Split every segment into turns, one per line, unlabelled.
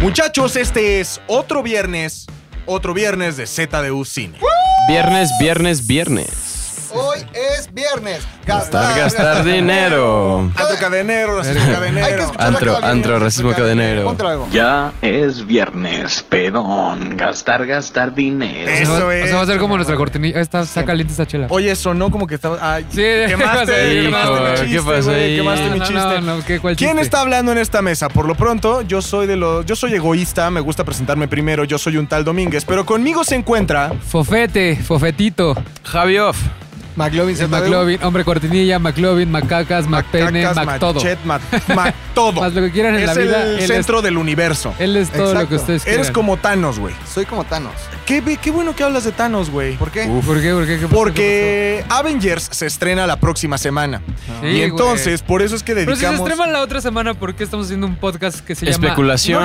Muchachos, este es otro viernes, otro viernes de ZDU Cine.
Viernes, viernes, viernes.
Hoy es viernes.
Gastar, gastar dinero.
A tu cadenero, a tu
Hay que
cadenero.
escuchar la
Antro,
clave,
antro,
hay que
racismo
escuchar la clave.
cadenero.
Ponte algo.
Ya es viernes, pedón. Gastar, gastar dinero.
Ah, Eso
o sea, va-
es.
O sea, va a ser como nuestra cortinilla. Está, está caliente esta chela.
Oye, sonó como que estaba. Ay,
Sí,
quemaste, quemaste
¿qué
mi
pasó?
chiste,
¿Qué pasó
güey,
ahí?
quemaste
No,
mi
no,
chiste.
no, no, ¿qué, cuál
¿Quién
chiste?
está hablando en esta mesa? Por lo pronto, yo soy de los. Yo soy egoísta, me gusta presentarme primero, yo soy un tal Domínguez, pero conmigo se encuentra.
Fofete, Fofetito,
Javi Off.
McLovin se
McLovin, hombre cortinilla, McLovin, Macacas, Macpene,
Cacas,
Mactodo.
Machet, Mac, Mac todo.
Más lo que quieran en
es
la vida, él
el
es-
centro del universo.
Él es todo lo que
Exacto.
ustedes quieran.
Eres como Thanos, güey.
Soy como Thanos.
Qué, be- qué bueno que hablas de Thanos, güey.
¿Por qué?
¿Por qué? ¿Por qué? ¿Qué pasó?
Porque Avengers se estrena la próxima semana.
Sí,
y entonces, por eso es que
Pero si se
dedicamos.
extrema la otra semana, ¿por qué estamos haciendo un podcast que se llama...
Especulación,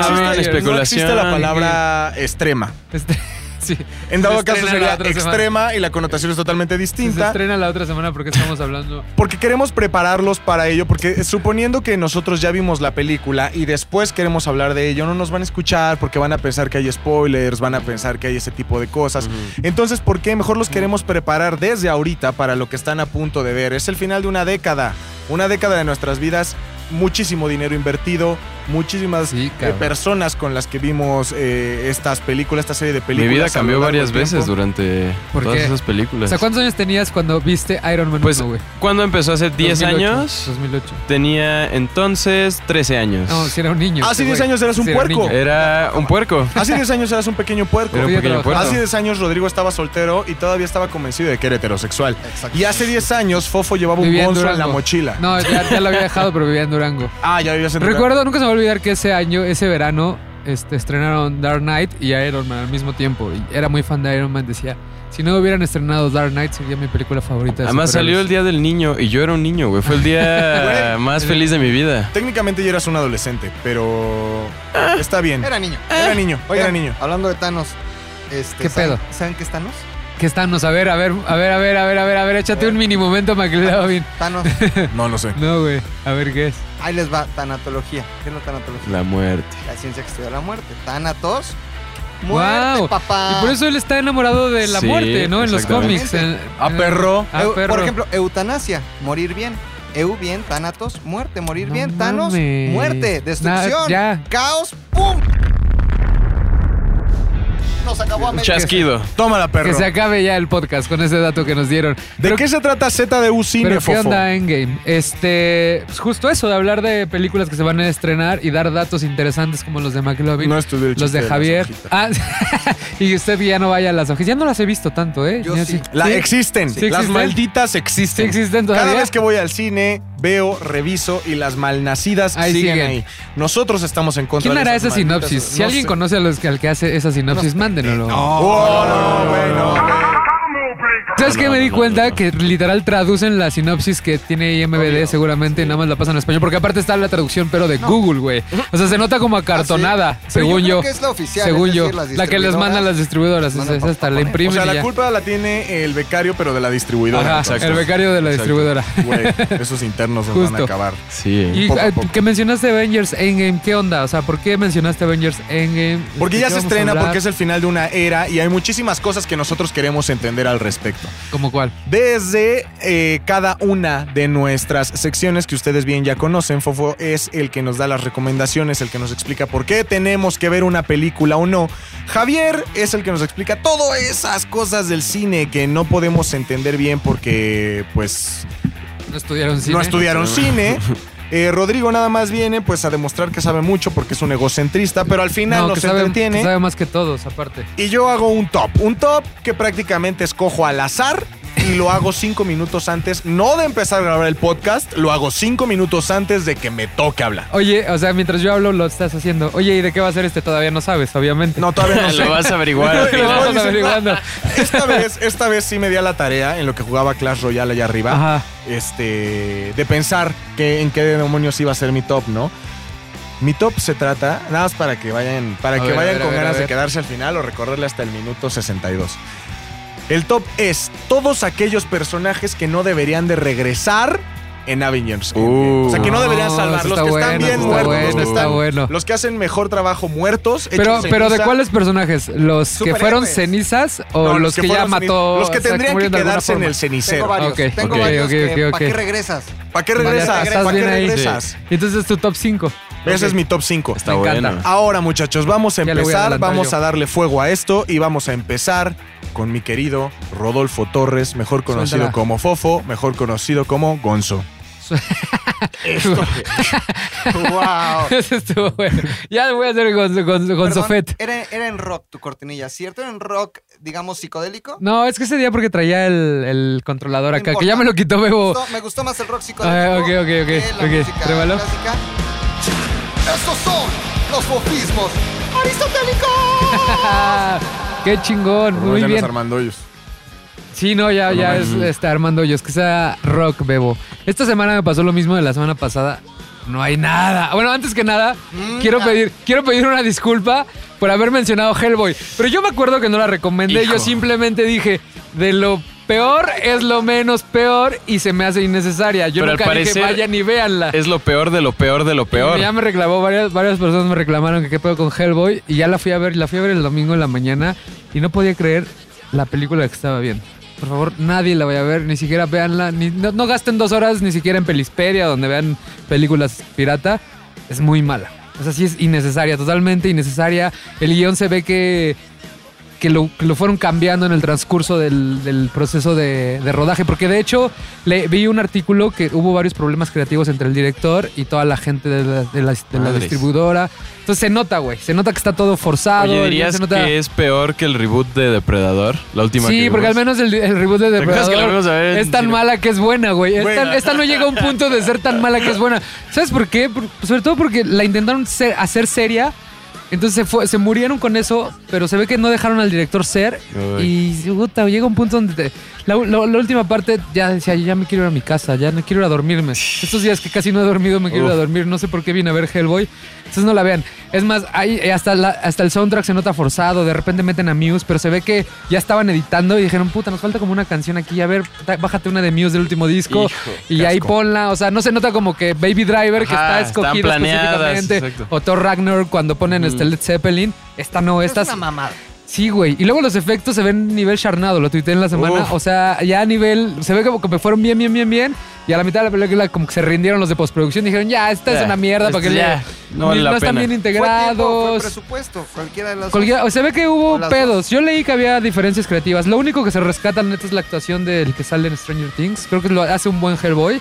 no, existe, no
especulación.
existe la palabra extrema.
Este- sí.
En
Se
dado caso
estrena
sería
la otra semana.
extrema y la connotación es totalmente
Si Se
distinta.
estrena la otra semana porque estamos hablando...
Porque queremos prepararlos para ello, porque suponiendo que nosotros ya vimos la película y después queremos hablar de ello, no nos van a escuchar porque van a pensar que hay spoilers, van a pensar que hay ese tipo de cosas. Entonces, ¿por qué mejor los queremos preparar desde ahorita para lo que están a punto de ver? Es el final de una década, una década de nuestras vidas, muchísimo dinero invertido, muchísimas
Sí,
eh,
cabrón.
personas con las que vimos eh, estas películas, esta serie de
Mi
películas.
vida
a lo
cambió
largo
varias
del
veces
tiempo.
durante
¿Por
todas
qué?
esas
O
películas.
sea, ¿cuántos años tenías cuando viste Iron Man
Pues,
1, güey?
¿Cuándo empezó? Hace 10
2008,
años.
2008.
Tenía entonces 13 años.
No, si era un niño.
Hace
este
10
güey.
Ah, años eras un
Sí, era
puerco.
niño.
Era un puerco.
Hace 10 años eras un pequeño puerco.
Era un
Fui a
pequeño
trabajar. Ah,
puerco.
Hace 10 años Rodrigo estaba soltero y todavía estaba convencido de que era heterosexual.
Exacto.
Y hace 10 años Fofo llevaba un
Vivía en
bonzo en la
Durango.
mochila.
No, ya, ya lo había dejado, pero vivía en Durango.
Ah, ya vivías en Durango.
Recuerdo, nunca se me va a olvidar que ese año, ese verano, este, estrenaron Dark Knight y Iron Man al mismo tiempo. Y era muy fan de Iron Man, decía, si no hubieran estrenado Dark Knight sería mi película favorita. de
Además salió el
superhéroes".
día del niño y yo era un niño, güey. Fue el día más feliz de mi vida.
Técnicamente ya eras un adolescente, pero está bien.
Era niño.
Era niño,
Oigan,
era niño.
Hablando de Thanos. Este,
¿Qué
¿saben-
pedo?
¿Saben qué es Thanos?
Que estamos, a ver, a ver, a ver, a ver, a ver, a ver, a ver, échate un mini momento, McLovin.
Thanos.
No, no sé.
No, güey, a ver qué es.
Ahí les va tanatología. ¿Qué es la tanatología?
La muerte.
La ciencia que estudia la muerte. Tanatos.
Wow.
Muerte, papá.
Y por eso él está enamorado de la
Sí,
muerte, ¿no? En los
exactamente.
cómics. en-
A
en-
perro. Eh,
Ah,
Eu-
perro.
por ejemplo, eutanasia, morir bien. Eu bien, Thanatos, muerte, morir
No
bien, Thanos,
mames.
muerte, destrucción,
Nah, ya.
caos, ¡pum! Nos acabó a
Un
medio.
chasquido.
Tómala,
Que
perro.
se acabe ya el podcast con ese dato que nos dieron.
¿De
Pero-
qué se trata ZDU Cine,
Pero ¿qué
Fofo?
onda Endgame? Este, pues justo eso, de hablar de películas que se van a estrenar y dar datos interesantes como los de McLovin,
No estudié el
los
chiste
de
las
Javier.
hojitas.
Ah, y usted que ya no vaya a las hojas. Ya no las he visto tanto, ¿eh?
Yo
Ya
sí.
La,
¿Sí?
Existen.
Sí
Las
existen.
malditas
Sí
existen.
existen
Cada
todavía.
vez que voy al cine, veo, reviso y las malnacidas
Ahí
siguen
siguen.
ahí. Nosotros estamos en contra
¿Quién
de
hará esa
esas malditas-
sinopsis? Si
No
alguien
sé.
conoce a los que, al que hace esa sinopsis, mándenlo.
Oh, no, güey, no, güey.
¿Sabes qué?
No,
Me
no,
di
no,
cuenta
no, no.
que literal traducen la sinopsis que tiene IMBD seguramente y nada más la pasan en español. Porque aparte está la traducción, pero de Google, güey. O sea, se nota como acartonada,
Ah, sí. Pero
según
yo
yo.
creo que es la oficial,
según
es
yo.
decir, las
la que les
distribuidoras
mandan las distribuidoras.
mandan
esa- esa
por
hasta la
papel.
O
imprimen
sea,
y
la
ya.
culpa la tiene el becario, pero de la distribuidora.
Ajá,
entonces.
el becario de la
Exacto.
distribuidora.
Güey, esos internos nos van a
Justo.
acabar.
Sí.
Y
Poco a
eh,
poco.
que mencionaste Avengers Endgame, ¿qué onda? O sea, ¿por qué mencionaste Avengers Endgame?
Porque
¿De
ya
qué
se
vamos a
estrena,
hablar?
porque es el final de una era y hay muchísimas cosas que nosotros queremos entender al respecto.
¿Como cuál?
Desde eh, cada una de nuestras secciones que ustedes bien ya conocen, Fofo es el que nos da las recomendaciones, el que nos explica por qué tenemos que ver una película o no. Javier es el que nos explica todas esas cosas del cine que no podemos entender bien porque, pues,
No estudiaron cine.
no estudiaron cine. Eh, Rodrigo nada más viene pues a demostrar que sabe mucho porque es un egocentrista, pero al final
No,
nos
que sabe,
entretiene.
que sabe más que todos, aparte.
Y yo hago un top. Un top que prácticamente escojo al azar y lo hago cinco minutos antes, no de empezar a grabar el podcast, lo hago cinco minutos antes de que me toque hablar.
Oye, o sea, mientras yo hablo lo estás haciendo. Oye, ¿y de qué va a ser este? Todavía no sabes, obviamente.
No, todavía no sé.
Lo vas a averiguar. al
Lo
Pero
final.
vamos
dice,
averiguando.
Esta vez, esta vez sí me di a la tarea en lo que jugaba Clash Royale allá arriba.
Ajá.
este, de pensar que, en qué demonios iba a ser mi top, ¿no? Mi top se trata, nada más para que vayan, para
A
que
ver, a
vayan
ver,
con
a ver,
ganas
a
de
ver.
quedarse al final o recorrerle hasta el minuto 62. El top es todos aquellos personajes que no deberían de regresar en Avengers.
Uh.
O sea, que no deberían salvar.
eso
Los
está
que están
bueno,
bien
eso
muertos.
Está bueno,
los, que
está
están-
bueno.
los que hacen mejor trabajo muertos. hechos
Pero, pero ¿de
ceniza.
cuáles personajes? ¿Los que
Superhéroes.
fueron cenizas
No,
o los, que, ya
fueron ceni-
mató?
Los que
o sea,
tendrían que
murieron de alguna
quedarse en
forma?
el
Tengo
cenicero.
varios.
Ok,
Tengo
ok,
varios.
ok,
que-
ok,
¿Para
ok.
qué regresas?
¿Para qué
Vale,
regresas?
estás
¿Para qué
bien ahí.
regresas?
Entonces tu top 5.
Ese es mi top 5.
Está
Me
bueno.
encanta.
Ahora, muchachos, vamos a
Ya le voy a
empezar,
adelantar
vamos
yo.
a darle fuego a esto y vamos a empezar con mi querido Rodolfo Torres, mejor conocido
Suéltala.
como Fofo, mejor conocido como Gonzo.
¡Wow!
Ese estuvo bueno. Ya voy a hacer con, con, con
Perdón,
Sofet.
Era, era en rock tu cortinilla, ¿cierto? Era en rock, digamos, psicodélico.
No, es que ese día porque traía el, el controlador
No
acá, que
importa.
ya me lo quitó
Me,
Bebo.
gustó, me gustó más el rock psicodélico.
Oh. Ah, ok, ok, ok.
que la
Ok,
música
trébalo.
clásica. Estos son los sofismos aristotélicos.
Qué chingón, muy bien. Sí, no, ya, ya es este, Armando Hoyos, que sea rock, bebo. Esta semana me pasó lo mismo de la semana pasada. No hay nada. Bueno, antes que nada,
Mm,
quiero
ya.
pedir, quiero pedir una disculpa por haber mencionado Hellboy. Pero yo me acuerdo que no la recomendé. Yo simplemente dije, de lo peor es lo menos peor y se me hace innecesaria. Yo
Pero al
nunca dije,
parecer
vayan y véanla.
Es lo peor de lo peor de lo peor.
Ya me reclamó, varias, varias personas me reclamaron que qué pedo con Hellboy y ya la fui a ver, la fui a ver el domingo en la mañana y no podía creer la película que estaba viendo. Por favor, nadie la vaya a ver, ni siquiera véanla, ni- no, no gasten dos horas ni siquiera en Pelisperia donde vean películas pirata, es muy mala. O sea, sí es innecesaria, totalmente innecesaria. El guión se ve que, que, lo, que lo fueron cambiando en el transcurso del, del proceso de, de rodaje, porque de hecho le, vi un artículo que hubo varios problemas creativos entre el director y toda la gente de la, de la- de la
Madres.
distribuidora. Entonces se nota, güey, se nota que está todo forzado. el
Oye,
guión
¿dirías
Ah, se nota-
que es peor que el reboot de Depredador? La última que
Sí, porque
vimos.
al menos el, el reboot de
¿Te acuerdas que la
Depredador
fuimos a ver en
es tan
cine?
mala que es buena, güey. Es
Güey.
tan- Esta no llega a un punto de ser tan mala que es buena. ¿Sabes por qué? Por- sobre todo porque la intentaron ser- hacer seria. Entonces se, fue- se murieron con eso, pero se ve que no dejaron al director ser.
Uy.
Y puta, llega un punto donde te- la, la- la última parte ya decía, yo ya me quiero ir a mi casa, ya no quiero ir a dormirme. Estos días que casi no he dormido, me quiero ir a
Uf.
dormir. No sé por qué vine a ver Hellboy. Entonces no la vean. Es más, ahí eh, hasta, la- hasta el soundtrack se nota forzado. De repente meten a Muse, pero se ve que ya estaban editando y dijeron, puta, nos falta como una canción aquí. A ver, ta- bájate una de Muse del último disco y ahí ponla. O sea, no se nota como que Baby Driver, que
Ajá,
está escogido
están planeadas,
específicamente,
exacto.
o Thor Ragnar cuando ponen este Led Zeppelin. Esta no, esta
es una mamada.
Sí, güey. Y luego los efectos se ven nivel charnado. Lo tuiteé en la semana.
Uf.
O sea, ya a nivel. Se ve como que me fueron bien, bien, bien, bien. Y a la mitad de la película, como que se rindieron los de postproducción. Dijeron, ya, esta es
Ya,
una mierda.
esto
Porque
Eh, ya, no vale la
están
pena.
bien
Fue tiempo, fue
integrados.
presupuesto, cualquiera de las dos.
Cualquiera- o se ve que hubo
Con las
pedos. Yo leí que había diferencias creativas. Lo único que se rescata neta es la actuación del que sale en Stranger Things. Creo que lo hace un buen Hellboy.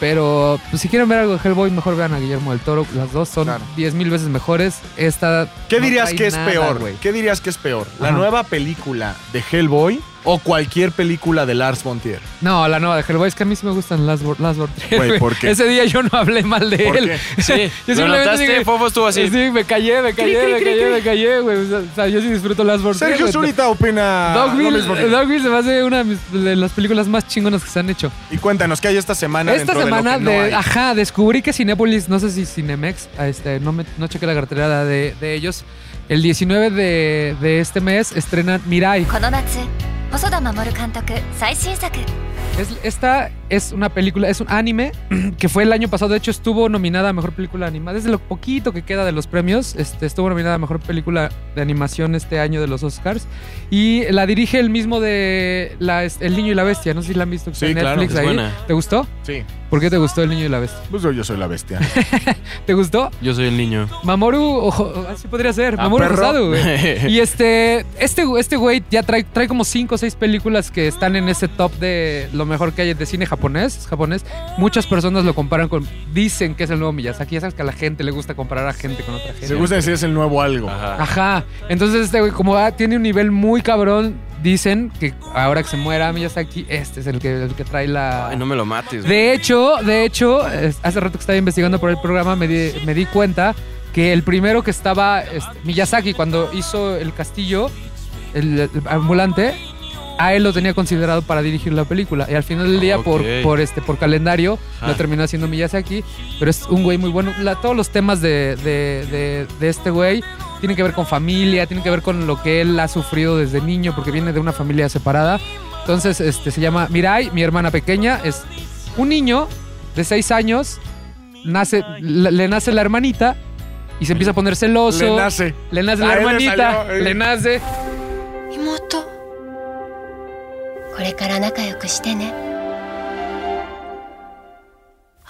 Pero pues, si quieren ver algo de Hellboy, mejor vean a Guillermo del Toro. Las dos son
Claro.
10 mil veces mejores. Esta.
¿Qué
no
dirías
trae
que es
nada,
peor?
güey.
¿Qué dirías que es peor? ¿La
Ajá.
nueva película de Hellboy o cualquier película de Lars von Trier?
No, la nueva de Hellboy es que a mí sí me gustan las Bor- las Bor-
Güey, ¿por qué?
Ese día yo no hablé mal de
¿Por
él.
qué?
Sí,
yo
¿Lo
simplemente
notaste?
dije-
Fofo estuvo así.
Sí, me callé, me callé, me callé, me callé, güey. O sea, o sea, yo sí disfruto las Bor-
Sergio
güey.
Zurita opina lo
Dogville,
mismo que yo.
Dogville se me hace una de, mis- de las películas más chingonas que se han hecho.
Y cuéntanos, ¿qué hay esta semana
Esta
dentro
semana,
de lo que no
de, Ah.
hay?
ajá, descubrí que Cinépolis, no sé si Cinemex, ah, este, no, me, no chequé la cartera de, de ellos. El 19 de, de este mes estrenan Mirai.
この夏細田守監督最新作
Es- esta es una película, es un anime que fue el año pasado. De hecho, estuvo nominada a mejor película animada. Desde lo poquito que queda de los premios, este, estuvo nominada a mejor película de animación este año de los Oscars. Y la dirige el mismo de la, es- El Niño y la Bestia. No sé si la han visto que está
Sí,
en
claro,
Netflix
es
ahí.
buena.
¿Te gustó?
Sí,
¿Por qué te gustó El Niño y la Bestia?
pues yo yo soy la bestia.
¿Te gustó?
Yo soy el niño.
Mamoru, ojo, así podría ser.
Ah,
Mamoru
perro.
Rosado, güey. Y este, este, este güey ya trae, trae como 5 o 6 películas que están en ese top de lo mejor que hay de cine japonés. japonés. Muchas personas lo comparan con. Dicen que es el nuevo Miyazaki. Ya sabes que a la gente le gusta comparar a gente con otra gente.
Se gusta decir es el nuevo algo.
Ajá.
Ajá. Entonces, este güey, como ah, tiene un nivel muy cabrón, dicen que ahora que se muera Miyazaki, este es el que, el que trae la.
Ay, no me lo mates. güey.
De hecho, de hecho, es- hace rato que estaba investigando por el programa me di, me di cuenta que el primero que estaba este, Miyazaki cuando hizo el castillo, el, el ambulante, a él lo tenía considerado para dirigir la película y al final del día por,
Ok.
por este por calendario lo
Ah.
terminó haciendo Miyazaki, pero es un güey muy bueno. La- todos los temas de, de- de- de este güey tienen que ver con familia, tienen que ver con lo que él ha sufrido desde niño porque viene de una familia separada. Entonces, este se llama Mirai, mi hermana pequeña, es un niño de seis años, nace, le, le nace la hermanita y se empieza a poner celoso.
Le nace.
Le nace
A
la
él le
hermanita.
salió, eh.
le nace.
妹これから仲良くしてね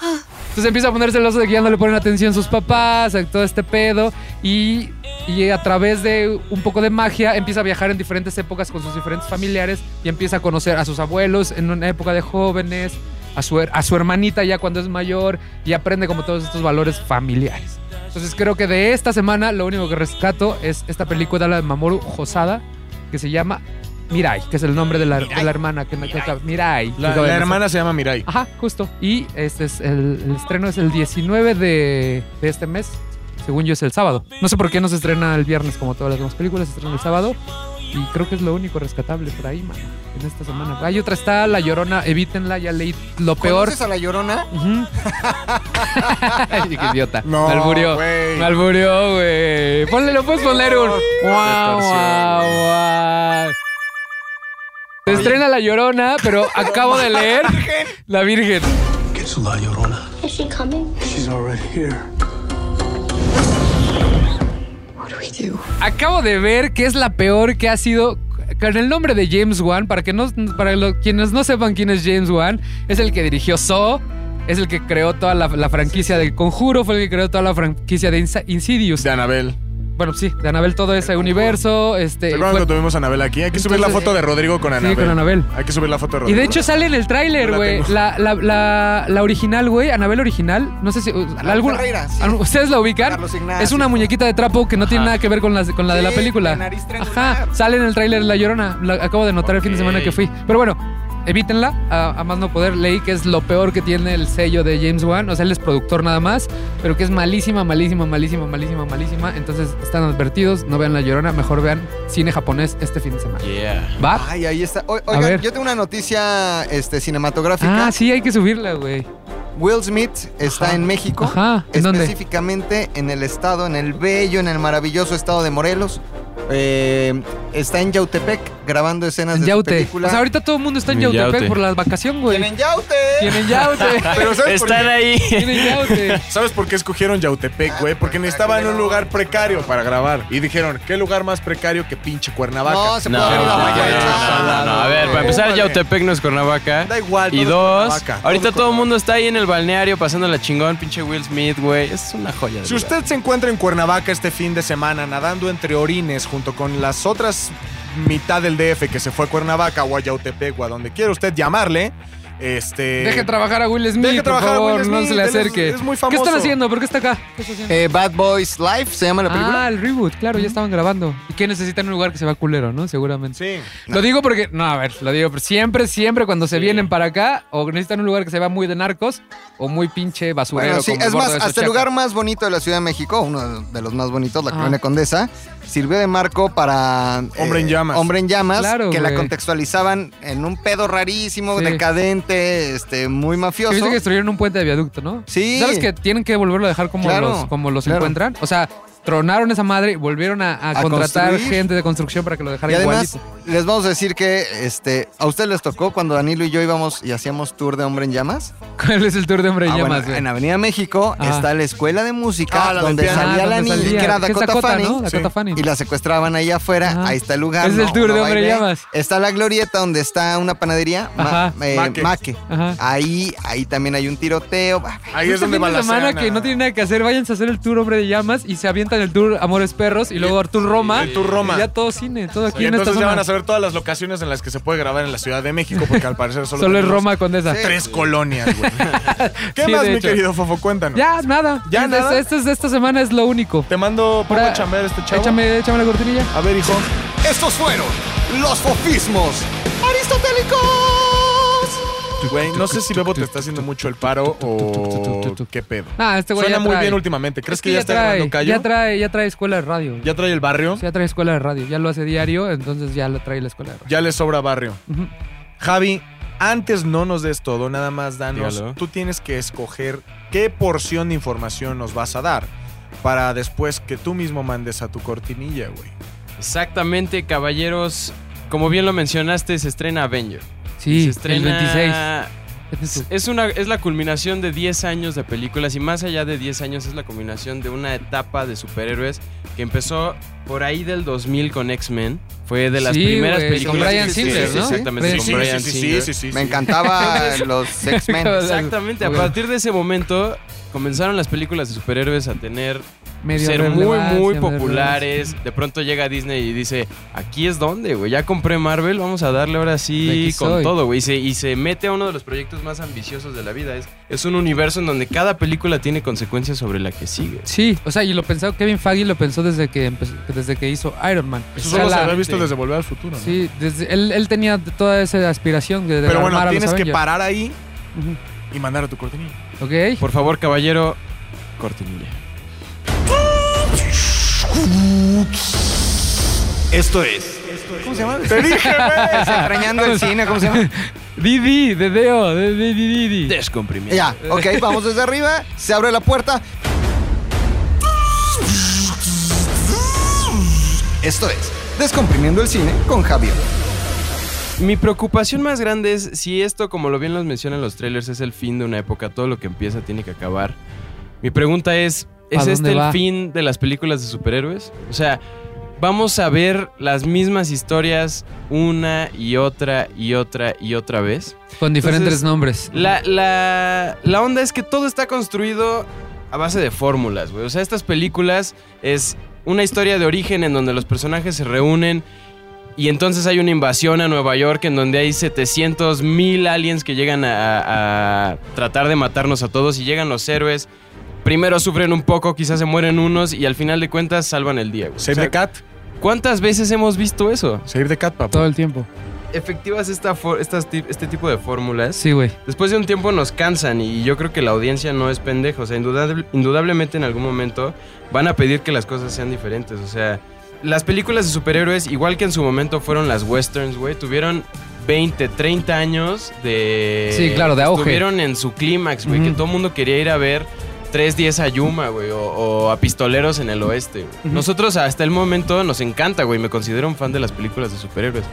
Entonces empieza a poner celoso de que ya no le ponen atención sus papás, a todo este pedo. Y, y a través de un poco de magia empieza a viajar en diferentes épocas con sus diferentes familiares y empieza a conocer a sus abuelos en una época de jóvenes, a su, her- a su hermanita ya cuando es mayor y aprende como todos estos valores familiares. Entonces creo que de esta semana lo único que rescato es esta película de Mamoru Hosada que se llama Mirai, que es el nombre de la, de la hermana que me toca. Mirai. que
La,
acaba de
la
Ah. nacer.
hermana se llama Mirai.
Ajá, justo. Y este es el, el estreno es el 19 de, de este mes. Según yo es el sábado. No sé por qué no se estrena el viernes como todas las demás películas, se estrena el sábado. Y creo que es lo único rescatable por ahí, mano, en esta semana. Hay otra, está La Llorona, evítenla, ya leí lo oh, peor.
¿Conoces a la llorona?
Ujú. Ay, qué idiota.
No,
me alburió.
güey.
Me alburió, güey. Ponle, lo puedes poner un. Guau, guau, guau. Se estrena La Llorona, pero acabo de leer La Virgen.
Is she coming?
Acabo de ver que es la peor que ha sido con el nombre de James Wan. Para, que no, para lo- quienes no sepan quién es James Wan, es el que dirigió Saw, es el que creó toda la, la franquicia del Conjuro, fue el que creó toda la franquicia de Insa- Insidious.
De Anabel.
Bueno, sí, de Anabel todo ese universo.
¿Se
Este,
acuerdan
fue-
cuando tuvimos a Anabel aquí? Hay que subir la
Entonces,
foto de Rodrigo con Anabel.
con Anabel.
Hay que subir la foto de
y
Rodrigo.
de hecho sale en el tráiler,
Yo la
güey.
tengo.
La, la, la, la original, güey. Anabel original. No sé si. ¿alguna-
Ferreira, sí.
¿Ustedes la ubican?
Carlos Ignacio.
Es una muñequita de trapo que no tiene nada que ver con, las- con la de la
Sí,
película.
de nariz triangular.
Ajá. Sale en el tráiler La Llorona. La acabo de notar el fin de semana que fui. Pero bueno, evítenla. A, a más no poder. Leí que es lo peor que tiene el sello de James Wan. O sea, él es productor nada más. Pero que es malísima, malísima, malísima, malísima, malísima. Entonces están advertidos. No vean La Llorona. Mejor vean cine japonés este fin de semana.
Yeah.
¿Va?
Ay, ahí está. O- oigan,
ver.
yo tengo una noticia este, cinematográfica.
Ah, sí, hay que subirla, güey.
Will Smith está
Ajá.
en México.
Ajá, ¿en dónde?
específicamente en el estado, en el bello, en el maravilloso estado de Morelos. Eh, está en Yautepec grabando escenas
En
de su
Yaute.
película.
O sea, ahorita todo el mundo está en
En
Yautepec
Yaute.
por la vacación, güey.
¡Tienen Yaute!
Tienen Yaute.
Pero ¿sabes por,
Están
qué?
ahí.
Tienen Yaute.
¿sabes por qué escogieron Yautepec,
Ah,
güey? Porque necesitaban un lugar precario para grabar. Y dijeron, ¿qué lugar más precario que pinche Cuernavaca?
No, se
No,
puede
no,
ir a
no, no,
la
no, no. A ver, para empezar,
Órale.
Yautepec no es Cuernavaca.
Da igual,
Y
todo es
dos,
Cuernavaca.
ahorita
es
todo el mundo está ahí en el balneario pasándola chingón, pinche Will Smith, güey. Es una joya. de
Si
lugar.
usted se encuentra en Cuernavaca este fin de semana nadando entre orines junto con las otras mitad del DF que se fue a Cuernavaca o a Yautepec o a donde quiera usted llamarle, este...
Deje trabajar a Will Smith,
Deje
por
trabajar a
favor,
Will
no
Smith,
se le
él es-
acerque.
es muy
¿Qué
famoso.
están haciendo? ¿Por qué está acá? ¿Qué está haciendo?
Eh, Bad Boys Life se llama la película.
Ah, el reboot, claro, ya estaban grabando. ¿Y qué necesitan un lugar que se va culero, no? Seguramente.
Sí.
Lo digo porque, no, a ver, lo digo, pero siempre, siempre cuando se vienen para acá, o necesitan un lugar que se va muy de narcos, o muy pinche basurero.
Bueno, sí,
como
es
Gordo
más,
de
hasta el
Xochaca.
lugar más bonito de la Ciudad de México, uno de los más bonitos, la
Ajá.
Colonia Condesa, sirvió de marco para... eh,
Hombre en llamas.
Hombre en llamas,
Claro,
que la
güey.
contextualizaban en un pedo rarísimo,
Sí.
decadente, este, muy
Sí,
mafioso.
Viste que destruyeron un puente de viaducto, ¿no?
Sí.
¿Sabes que tienen que volverlo a dejar como
Claro,
los, como los
claro.
encuentran? O sea, tronaron esa madre, volvieron a, a
A
contratar
construir.
gente de construcción para que lo
Y
dejaran
además,
igualito.
les vamos a decir que este, a ustedes les tocó cuando Danilo y yo íbamos y hacíamos tour de Hombre en Llamas.
¿Cuál es el tour de hombre y
Ah, bueno,
llamas, güey?
en Avenida México
Ajá.
está la escuela de música
Ah, la del
donde
piano.
salía
Ah,
la
¿dónde
niña
salía?
que era
Que es
Dakota,
Dakota,
Fanning.
¿no? Dakota
sí.
Fanning.
y la secuestraban ahí afuera.
Ajá.
Ahí está el lugar.
Ese es el tour
va
de
y
Hombre
ve.
Llamas.
Está la glorieta donde está una panadería, ma-
Ajá.
eh,
Maque.
Maque.
Ajá.
Ahí, ahí también hay un tiroteo.
Ahí
Un
es donde
Este fin de
va la
semana que no tienen nada que hacer, váyanse a hacer el tour Hombre de Llamas y se avientan el tour Amores Perros y luego Artur Roma.
el tour Roma.
Y ya todo cine, todo aquí
Y
en esta
entonces ya
zona.
van a saber todas las locaciones en las que se puede grabar en la Ciudad de México, porque al parecer solo,
Solo es
tenemos
Roma Condesa.
Tres colonias, güey. ¿Qué
Sí,
más,
de
mi
hecho.
querido Fofo? Cuéntanos.
Ya, nada.
¿Ya
Es- es-
nada?
esto es de esta semana es lo único.
Te mando por
Ahora,
chambear este chavo.
Échame, échame la cortinilla.
A ver, hijo.
Estos fueron los fofismos aristotélicos.
Güey, no sé si Bebo te está haciendo mucho el paro o qué pedo.
Ah, este güey
Suena
ya
muy
trae.
bien últimamente. ¿Crees
Es
que ya está
trae,
agarrando callo?
Ya trae, ya trae escuela de radio. güey.
¿Ya trae el barrio?
Sí, ya trae escuela de radio. Ya lo hace diario, entonces ya lo trae la escuela de radio.
Ya le sobra barrio.
Ujú.
Javi, antes no nos des todo, nada más danos.
Dígalo.
Tú tienes que escoger qué porción de información nos vas a dar para después que tú mismo mandes a tu cortinilla, güey.
Exactamente, caballeros. Como bien lo mencionaste, se estrena Avenger.
Sí, Este
se estrena
el 26. Eso.
Es, una, es la culminación de 10 años de películas y más allá de 10 años es la culminación de una etapa de superhéroes que empezó por ahí del 2000 con X-Men. Fue de las
Sí,
primeras
güey,
películas.
con Bryan
Sí, sí, sí,
Singer, ¿no?
Exactamente,
Pues Sí,
con
sí,
Bryan Singer.
Me encantaba los X-Men.
Exactamente, a
Ok.
partir de ese momento comenzaron las películas de superhéroes a tener
Pues,
Medio
ser muy
relevancia,
muy
medio
populares. De pronto llega Disney y dice, "Aquí es donde, güey, ya compré Marvel, vamos a darle ahora
De
sí
aquí
con
soy".
todo, güey." Y se, y se mete a uno de los proyectos más ambiciosos de la vida, es es un universo en donde cada película tiene consecuencias sobre la que sigue.
Sí, o sea, y lo pensó Kevin Feige lo pensó desde que empezó- desde que hizo Iron Man.
Eso
O sea,
solo se
la-
había visto desde Volver al Futuro, ¿no?
Sí, desde, él, él tenía toda esa aspiración de, de
Pero bueno,
armar a los
tienes que
Avengers.
parar ahí y mandar a tu cortinilla.
Ok.
Por favor, caballero, cortinilla.
Esto es. ¿Cómo se llama? Te dije, güey.
Extrañando el cine, ¿cómo se llama?
Didi, de Deo, de de- de- Didi.
Descomprimido.
Ya, ok, vamos desde arriba. Se abre la puerta. Esto es Descomprimiendo el cine con Javier.
Mi preocupación más grande es si esto, como lo bien los mencionan los trailers, es el fin de una época, todo lo que empieza tiene que acabar. Mi pregunta es,
¿A
¿es
dónde
este
va?
el fin de las películas de superhéroes? O sea, ¿vamos a ver las mismas historias una y otra y otra y otra vez?
Con diferentes
Entonces,
nombres.
La, la- la onda es que todo está construido a base de fórmulas, güey. O sea, estas películas es una historia de origen en donde los personajes se reúnen y entonces hay una invasión a Nueva York en donde hay 700 mil aliens que llegan a, a tratar de matarnos a todos y llegan los héroes. Primero sufren un poco, quizás se mueren unos y al final de cuentas salvan el día, güey. O
Save
sea,
the cat.
¿Cuántas veces hemos visto eso?
Save the cat, papá.
Todo el tiempo.
Efectivas esta for- estas ti- este tipo de fórmulas
Sí, güey.
después de un tiempo nos cansan y yo creo que la audiencia no es pendeja. O sea, indudable- indudablemente en algún momento van a pedir que las cosas sean diferentes. O sea, las películas de superhéroes, igual que en su momento fueron las westerns, güey, tuvieron 20, 30 años de...
Sí, claro, de auge.
Estuvieron en su clímax, güey, que
Ujú.
todo el mundo quería ir a ver 3-10 a Yuma, güey, o, o a Pistoleros en el Oeste. güey.
Ujú.
Nosotros hasta el momento nos encanta, güey, me considero un fan de las películas de superhéroes.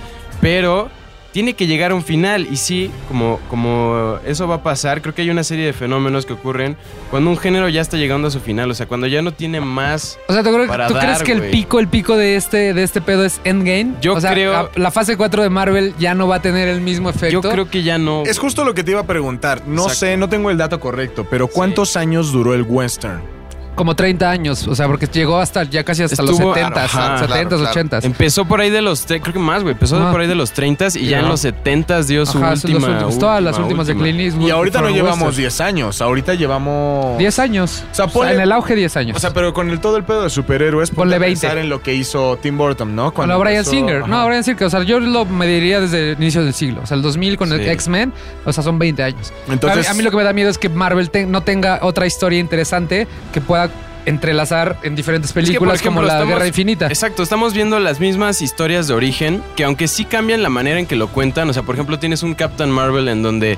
Pero tiene que llegar a un final y sí, como, como eso va a pasar, creo que hay una serie de fenómenos que ocurren cuando un género ya está llegando a su final, o sea, cuando ya no tiene más...
O sea, ¿tú, creo-
Para
tú
dar,
crees que el
güey.
pico, el pico de este, de este pedo es Endgame?
Yo
o sea,
creo-
a- La fase 4 de Marvel ya no va a tener el mismo
Yo
efecto.
creo que ya no...
Es justo lo que te iba a preguntar. No
Exacto.
sé, no tengo el dato correcto, pero ¿cuántos años duró el western?
Como 30 años. O sea, porque llegó hasta ya casi hasta
Estuvo-
los 70,
Ajá,
70s,
claro, claro.
80s.
Empezó por ahí de los... tre- Creo que más, güey. Empezó
Ajá.
por ahí de los 30 y ya en
Ajá.
los 70 dio su
Ah. Ajá, son los
última...
últimos. Todas las últimas de Clint Eastwood.
Y ahorita no
fueron
llevamos
westerns.
10 años, ahorita llevamos...
10 años.
O sea,
O sea,
ponle-
en el auge 10 años.
O sea, pero con el, todo el pedo de superhéroes, ponte
Ponle
a
20.
pensar en lo que hizo Tim Burton, ¿no?
Con
Cuando
la Brian
empezó-
Singer.
Ajá.
No, Brian Singer. O sea, yo lo mediría desde el inicio del siglo. O sea, el 2000 con el
Sí.
X-Men. O sea, son 20 años.
Entonces,
a, mí, a mí lo que me da miedo es que Marvel te- no tenga otra historia interesante que pueda entrelazar en diferentes
que, por
películas
ejemplo,
como La
estamos-
Guerra Infinita.
Exacto, estamos viendo las mismas historias de origen, que aunque sí cambian la manera en que lo cuentan, o sea, por ejemplo, tienes un Captain Marvel en donde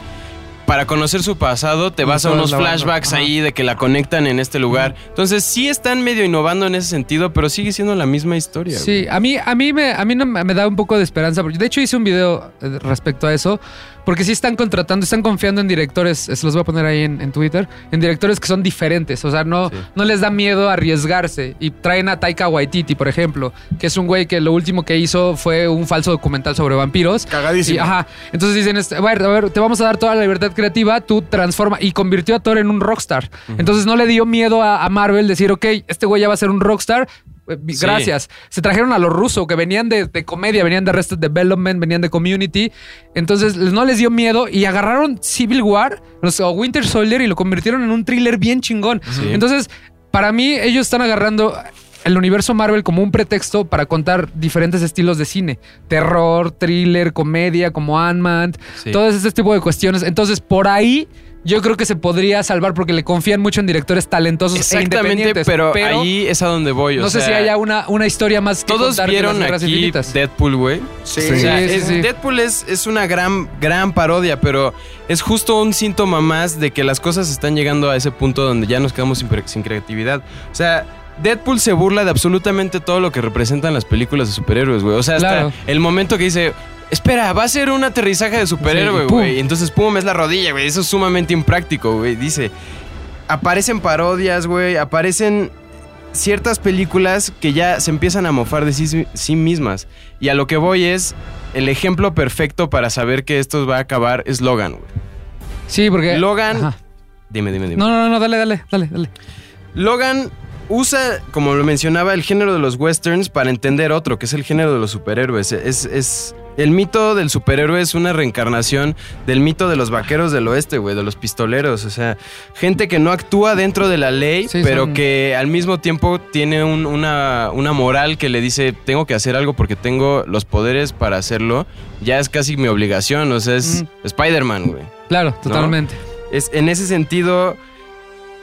para conocer su pasado te
Y
vas a
toda
unos
la banda,
flashbacks
ajá.
ahí de que la conectan en este lugar. Entonces sí están medio innovando en ese sentido, pero sigue siendo la misma historia. güey.
Sí, a mí, a mí, me, a mí no- me da un poco de esperanza. porque De hecho, hice un video eh, respecto a eso, porque sí están contratando, están confiando en directores, se los voy a poner ahí en, en Twitter, en directores que son diferentes. O sea, no, no les da miedo arriesgarse. Y traen a Taika Waititi, por ejemplo, que es un güey que lo último que hizo fue un falso documental sobre vampiros.
cagadísimo.
Y, ajá. Entonces dicen, este, a ver, a ver, te vamos a dar toda la libertad creativa, tú transforma y convirtió a Thor en un rockstar. Entonces no le dio miedo a, a Marvel decir, ok, este güey ya va a ser un rockstar. eh,
Sí.
Gracias. Se trajeron a los rusos que venían de, de comedia, venían de Arrested Development, venían de Community. Entonces les- no les dio miedo y agarraron Civil War los- o Winter Soldier y lo convirtieron en un thriller bien chingón.
Sí.
Entonces, para mí, ellos están agarrando el universo Marvel como un pretexto para contar diferentes estilos de cine. Terror, thriller, comedia, como Ant-Man,
Sí.
todo ese tipo de cuestiones. Entonces, por ahí yo creo que se podría salvar porque le confían mucho en directores talentosos e
Exactamente,
independientes.
pero, ahí es a donde voy. o
no sé
sea,
si haya una, una historia más que
Todos
contar que
vieron
las Guerras
aquí
Infinitas.
Deadpool, güey.
Sí.
O sea,
Sí, sí,
es-
sí.
Deadpool es, es una gran, gran parodia, pero es justo un síntoma más de que las cosas están llegando a ese punto donde ya nos quedamos sin, pre- sin creatividad. O sea, Deadpool se burla de absolutamente todo lo que representan las películas de superhéroes, güey. O sea, hasta
Claro.
el momento que dice. Espera, va a ser un aterrizaje de superhéroe,
Sí, y pum.
güey. Entonces, pum, es la rodilla, güey. Eso es sumamente impráctico, güey. Dice, aparecen parodias, güey. Aparecen ciertas películas que ya se empiezan a mofar de sí, sí mismas. Y a lo que voy es el ejemplo perfecto para saber que esto va a acabar es Logan, güey.
Sí, porque.
Logan-
Ajá.
Dime, dime, dime.
No, no, no, dale, dale, dale, dale.
Logan usa, como lo mencionaba, el género de los westerns para entender otro, que es el género de los superhéroes. Es, es- el mito del superhéroe es una reencarnación del mito de los vaqueros del oeste, güey, de los pistoleros. O sea, gente que no actúa dentro de la ley,
Sí,
pero
son-
que al mismo tiempo tiene un- una, una moral que le dice, tengo que hacer algo porque tengo los poderes para hacerlo. Ya es casi mi obligación, o sea, es Spider-Man, güey.
Claro, totalmente.
Es, en ese sentido,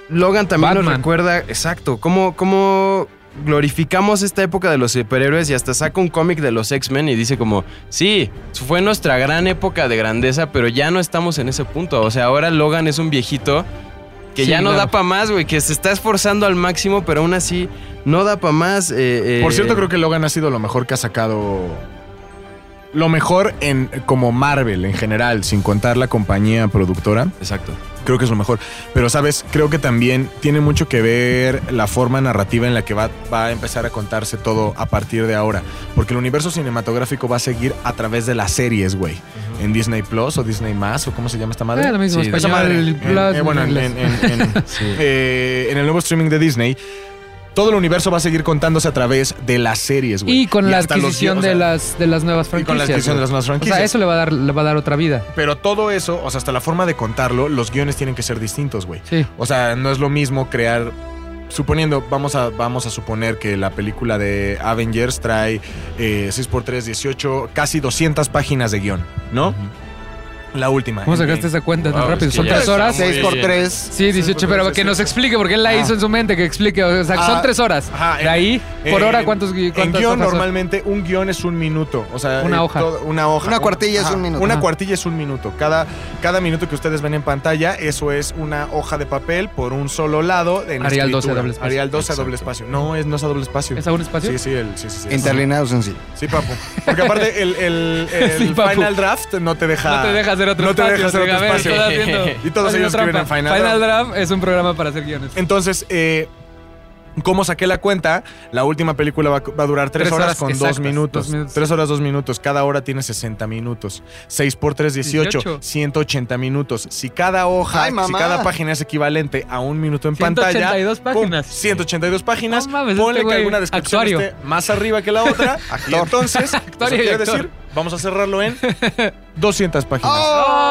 Logan también nos
Batman.
recuerda, exacto, cómo, cómo glorificamos esta época de los superhéroes y hasta saca un cómic de los X-Men y dice como, sí, fue nuestra gran época de grandeza, pero ya no estamos en ese punto. O sea, ahora Logan es un viejito que
Sí,
ya no
claro.
da pa' más, güey, que se está esforzando al máximo, pero aún así no da pa' más. eh, eh,
Por cierto, creo que Logan ha sido lo mejor que ha sacado. Lo mejor en como Marvel en general, sin contar la compañía productora.
Exacto.
creo que es lo mejor. Pero, ¿sabes? Creo que también tiene mucho que ver la forma narrativa en la que va, va a empezar a contarse todo a partir de ahora. Porque el universo cinematográfico va a seguir a través de las series, güey. En Disney Plus o Disney Más o cómo se llama esta madre.
Eh, lo mismo,
Sí,
Esa
español,
madre. En-
plus,
eh, bueno, en,
inglés.
en- en- en- eh, en el nuevo streaming de Disney. Todo el universo va a seguir contándose a través de las series, güey.
y con la
pues, hasta los
adquisición
guio- o sea,
de, las, de las nuevas
y
franquicias.
con la adquisición de las nuevas
franquicias.
franquicias.
O sea, eso le va a dar, le va a dar otra vida.
Pero todo eso, o sea, hasta la forma de contarlo, los guiones tienen que ser distintos, güey.
Sí.
O sea, no es lo mismo crear. Suponiendo, vamos a, vamos a suponer que la película de Avengers trae eh, 6x3, 18, casi 200 páginas de guión, ¿no? La última.
¿Cómo
Endgame.
sacaste esa cuenta tan
Wow,
rápido?
es que
Son
ya
tres
está
horas.
muy-
6 por 3
Sí, 18, pero que nos explique, porque él la
Ah.
hizo en su mente, que explique. O sea,
Ah.
son tres horas.
Ajá, en-
De ahí, por
en-
hora, ¿cuántos gui-
En
cuántas
guión,
hojas son?
normalmente, un guión es un minuto. O sea, eh,
Una hoja.
todo- una hoja.
Una cuartilla es un minuto.
Una
Ajá.
cuartilla es un minuto. Cada, cada minuto que ustedes ven en pantalla, eso es una hoja de papel por un solo lado. En
Arial 12
escritura.
doble espacio.
Arial 12
Exacto.
doble espacio. No, es, no es a doble espacio.
¿Es algún espacio?
Sí, sí, el, sí, sí, sí.
interlineados en sí.
Sí, papu. Porque aparte el, el- el
Sí, papu.
Final Draft no te deja.
No te deja hacer otro
no te
espacio.
deja hacer otro
diga, a ver,
espacio.
estás
Y
haciendo-
todos
estás
ellos
haciendo
escriben
trampa.
en Final
Draft es un programa para hacer guiones.
Entonces, eh, como saqué la cuenta, la última película va, va a durar tres,
Tres
horas,
horas
con dos
exactas,
minutos.
dos minutos.
Tres horas, dos minutos. Cada hora tiene 60 minutos. 6 por 3, 18,
18.
180 minutos. Si cada hoja,
Ay,
si
mamá.
cada página es equivalente a un minuto en pantalla.
182
pum,
páginas.
182 páginas.
No mames,
ponle
este
que
güey,
alguna descripción
actuario.
esté más arriba que la otra. y entonces, eso
Actuario y
quiere
actor.
decir, vamos a cerrarlo en 200 páginas.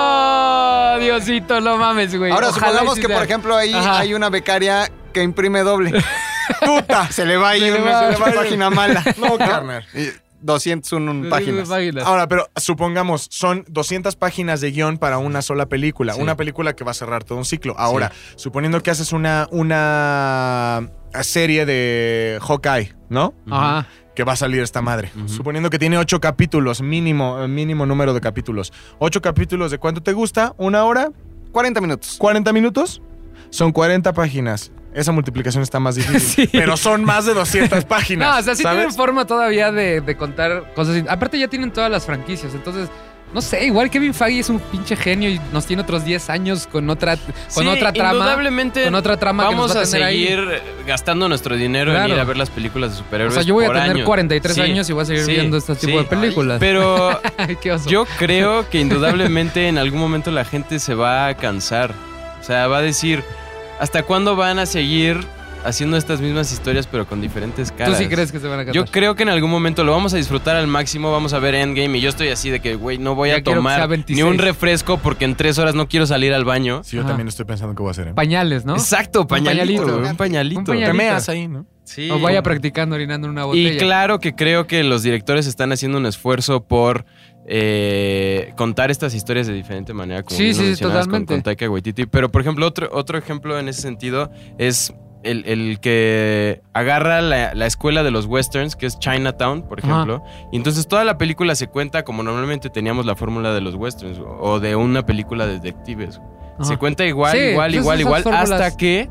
¡Oh, Diosito, no mames, güey!
Ahora
Ojalá
supongamos
y sí
que,
sea.
por ejemplo, ahí
Ajá.
hay una becaria que imprime doble.
¡Puta!
Se le va ahí
Se le
una
va.
una página mala.
No, carnal.
Y 201 páginas.
Ahora, pero supongamos, son 200 páginas de guión para una sola película. Una película que va a cerrar todo un ciclo. Ahora, suponiendo que haces una, una serie de Hawkeye, ¿no?
Ajá.
Que va a salir esta madre. Suponiendo que tiene ocho capítulos, mínimo, eh, mínimo número de capítulos. Ocho capítulos, ¿de cuánto te gusta? ¿Una hora?
40 minutos.
¿40 minutos? Son 40 páginas. Esa multiplicación está más difícil.
Sí.
Pero son más de 200 páginas.
No, o sea, sí
¿sabes?
tienen forma todavía de, de contar cosas. y- Aparte, ya tienen todas las franquicias. Entonces, no sé, igual Kevin Feige es un pinche genio y nos tiene otros 10 años con otra, con
Sí,
otra trama.
indudablemente
Con otra trama
vamos
que nos va
a
a tener ahí.
seguir gastando nuestro dinero en
Claro.
ir a ver las películas de
O
superhéroes.
sea, yo voy a
por
tener
año.
43
Sí,
años y voy a seguir
sí,
viendo este tipo
sí.
de películas.
Pero
Ay, qué oso.
yo creo que indudablemente en algún momento la gente se va a cansar. O sea, va a decir, ¿hasta cuándo van a seguir haciendo estas mismas historias pero con diferentes
Tú
caras?
sí crees que se van a casar.
Yo creo que en algún momento lo vamos a disfrutar al máximo, vamos a ver Endgame y yo estoy así de que, güey, no voy
Ya
a
quiero que sea
tomar
26.
ni un refresco porque en tres horas no quiero salir al baño.
Sí, yo
Ajá.
también estoy pensando que voy a hacer. ¿eh?
Pañales, ¿no?
Exacto, pañalito,
pañalito,
güey,
¿no?
un pañalito.
Un pañalito.
Meas ahí, ¿no?
Sí.
O vaya practicando orinando en una botella.
Y claro que creo que los directores están haciendo un esfuerzo por eh, contar estas historias de diferente manera. Como
Sí,
bien lo
sí,
mencionabas
totalmente.
Con, con Taika Waititi. Pero, por ejemplo, otro, otro ejemplo en ese sentido es el, el que agarra la, la escuela de los westerns, que es Chinatown, por
Ajá.
ejemplo. Y entonces toda la película se cuenta como normalmente teníamos la fórmula de los westerns o de una película de detectives.
Ajá.
Se cuenta igual,
Sí,
igual,
pues
igual,
esas
igual,
fórmulas.
hasta que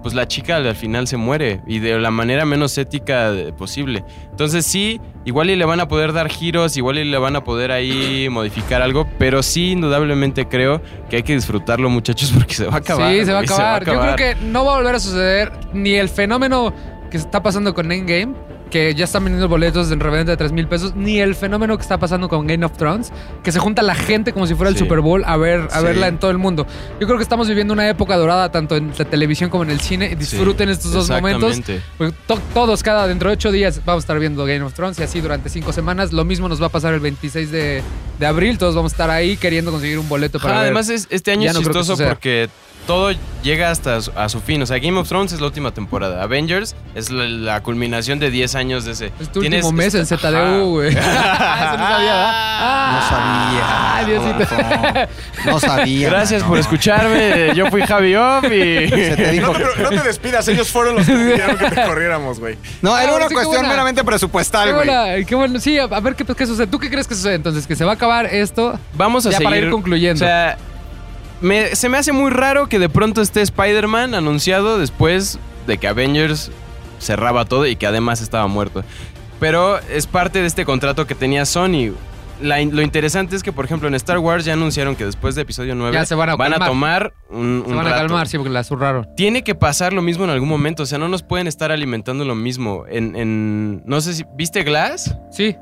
pues la chica al al final se muere y de la manera menos ética de- posible. Entonces sí, igual y le van a poder dar giros, igual y le van a poder ahí modificar algo, pero sí indudablemente creo que hay que disfrutarlo muchachos porque se va a acabar.
sí, se va, a
güey,
acabar. Yo creo que no va a volver a suceder ni el fenómeno que está pasando con Endgame, que ya están vendiendo boletos en reventa de 3 mil pesos, ni el fenómeno que está pasando con Game of Thrones, que se junta la gente como si fuera el
Sí.
Super Bowl a, ver, a
Sí.
verla en todo el mundo. Yo creo que estamos viviendo una época dorada tanto en la televisión como en el cine. Disfruten estos dos momentos.
Exactamente.
Porque Pues, to- todos, cada dentro de ocho días, vamos a estar viendo Game of Thrones y así durante cinco semanas. Lo mismo nos va a pasar el 26 de, de abril. Todos vamos a estar ahí queriendo conseguir un boleto para
Ajá,
ver.
además, es- este año
Ya
es
no creo que
chistoso
suceda.
porque todo llega hasta su- a su fin. O sea, Game of Thrones es la última temporada. Avengers es la, la culminación de 10 años de ese.
Es tu
Tienes- este,
Este último mes en
está-
ZDU, güey. Eso no
Ajá.
sabía, ¿verdad?
Ah.
No sabía.
Ah, Ay, Diosito.
No, no sabía.
Gracias
No.
por escucharme. Yo fui Javi Op
Se
y.
te
No
dijo
te,
que-
pero no te despidas, ellos fueron los que pidieron que te corriéramos, güey.
No,
Ah,
era una
sí, qué
cuestión
buena.
meramente
Qué
presupuestal, güey.
bueno, qué bueno. Sí, a, a ver qué, qué sucede. ¿Tú qué crees que sucede entonces? ¿Que se va a acabar esto?
Vamos a
Ya
seguir.
para ir concluyendo.
O sea, me- se me hace muy raro que de pronto esté Spider-Man anunciado después de que Avengers cerraba todo y que además estaba muerto. Pero es parte de este contrato que tenía Sony. La in- lo interesante es que, por ejemplo, en Star Wars ya anunciaron que después de episodio 9
Ya se van a calmar.
tomar un,
se
un
van a
rato.
calmar, sí, porque la zurraron.
Tiene que pasar lo mismo en algún momento. O sea, no nos pueden estar alimentando lo mismo. En, en- no sé si. ¿Viste Glass?
Sí.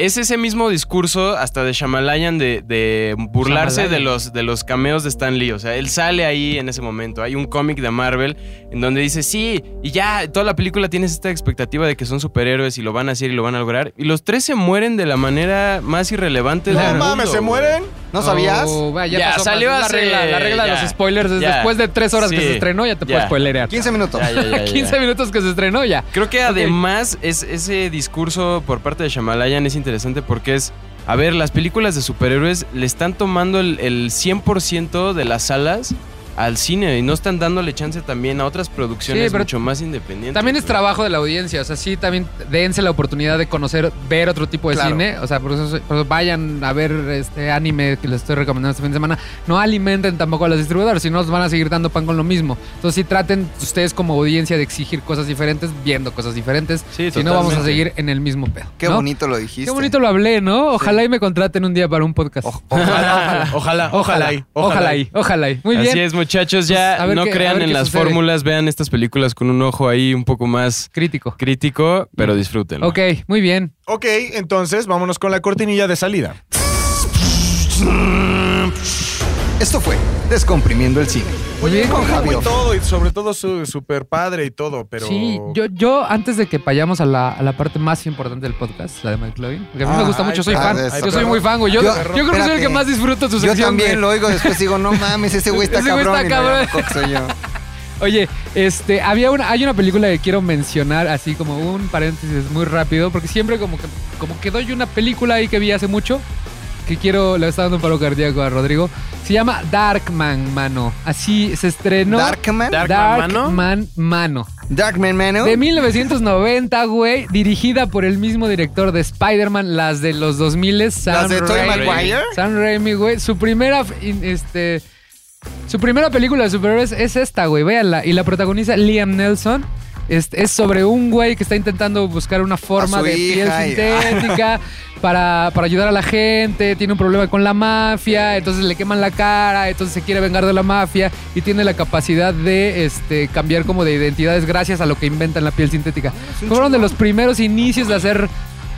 Es ese mismo discurso hasta de Shamalayan de, de burlarse
Shyamalan.
de los, de los cameos de Stan Lee. O sea, él sale ahí en ese momento. Hay un cómic de Marvel en donde dice, sí, y ya, toda la película tienes esta expectativa de que son superhéroes y lo van a hacer y lo van a lograr. Y los tres se mueren de la manera más irrelevante
No
del mundo,
mames, ¿se
güey.
mueren?
¿No sabías?
Oh, vaya,
Ya,
pasó,
salió
pasó. Es
hace-
La regla, la regla de
ya,
los spoilers es
ya.
después de tres horas que
Sí,
se estrenó ya te puedes
ya.
spoilear.
15 minutos.
Ya, ya, ya, ya, ya.
15 minutos que se estrenó ya.
Creo que además es, ese discurso por parte de Shamalayan es interesante porque es, a ver, las películas de superhéroes le están tomando el, el 100% de las salas al cine y no están dándole chance también a otras producciones
Sí, pero
mucho más independientes.
También es
güey.
trabajo de la audiencia, o sea, sí, también dense la oportunidad de conocer, ver otro tipo de
Claro.
cine, o sea, por eso, por eso vayan a ver este anime que les estoy recomendando este fin de semana, no alimenten tampoco a los distribuidores, si no os van a seguir dando pan con lo mismo, entonces sí traten ustedes como audiencia de exigir cosas diferentes, viendo cosas diferentes,
Sí,
si no vamos a
totalmente.
seguir en el mismo pedo.
Qué
¿no?
bonito lo dijiste.
Qué bonito lo hablé, ¿no? Ojalá y me contraten un día para un podcast.
Ojalá,
Ojalá,
ojalá y, ojalá y. Muy bien.
Así es, muchachos,
Pues, a
ya
ver
no
qué- a
crean
ver
en
qué
las
sucede.
fórmulas, vean estas películas con un ojo ahí un poco más
Crítico.
crítico, pero disfrútenlo.
Mm. Ok, muy bien.
Ok, entonces vámonos con la cortinilla de salida.
Esto fue Descomprimiendo el Cine.
Muy bien.
Con Javi
Muy
Off.
todo, y sobre todo su super padre y todo, pero.
Sí, yo, yo antes de que vayamos a la, a la parte más importante del podcast, la de McLovin, porque a mí me
Ah,
gusta
ay,
mucho, soy
perdón, ay,
fan. yo soy
perdón.
muy fan, güey. Yo,
Yo-
yo creo que soy el
espérate.
que más disfruto tu
Yo
sección.
también
güey.
lo oigo, después digo, no mames, ese güey está
Ese güey
cabrón.
está
y no,
cabrón.
ya me acuerdo que soy yo.
Oye, este, había una, hay una película que quiero mencionar así como un paréntesis muy rápido, porque siempre como que, como que doy una película ahí que vi hace mucho, que quiero, le está dando un paro cardíaco a Rodrigo. Se llama Darkman, mano. Así se estrenó.
Darkman.
Dark- ¿Darkman, mano?
Darkman, mano.
Darkman Manu.
De 1990, güey, dirigida por el mismo director de Spider-Man, las de los 2000, Sam
Las de Tobey
Raimi.
Maguire.
Sam Raimi, güey, su primera in- este su primera película de superhéroes es esta, güey, véanla y la protagoniza Liam Nelson. Este, es sobre un güey que está intentando buscar una forma
su
de piel
hija y-
sintética para, para ayudar a la gente, tiene un problema con la mafia, entonces le queman la cara, entonces se quiere vengar de la mafia y tiene la capacidad de este, cambiar como de identidades gracias a lo que inventan la piel sintética.
Ah,
Fueron de los primeros inicios de hacer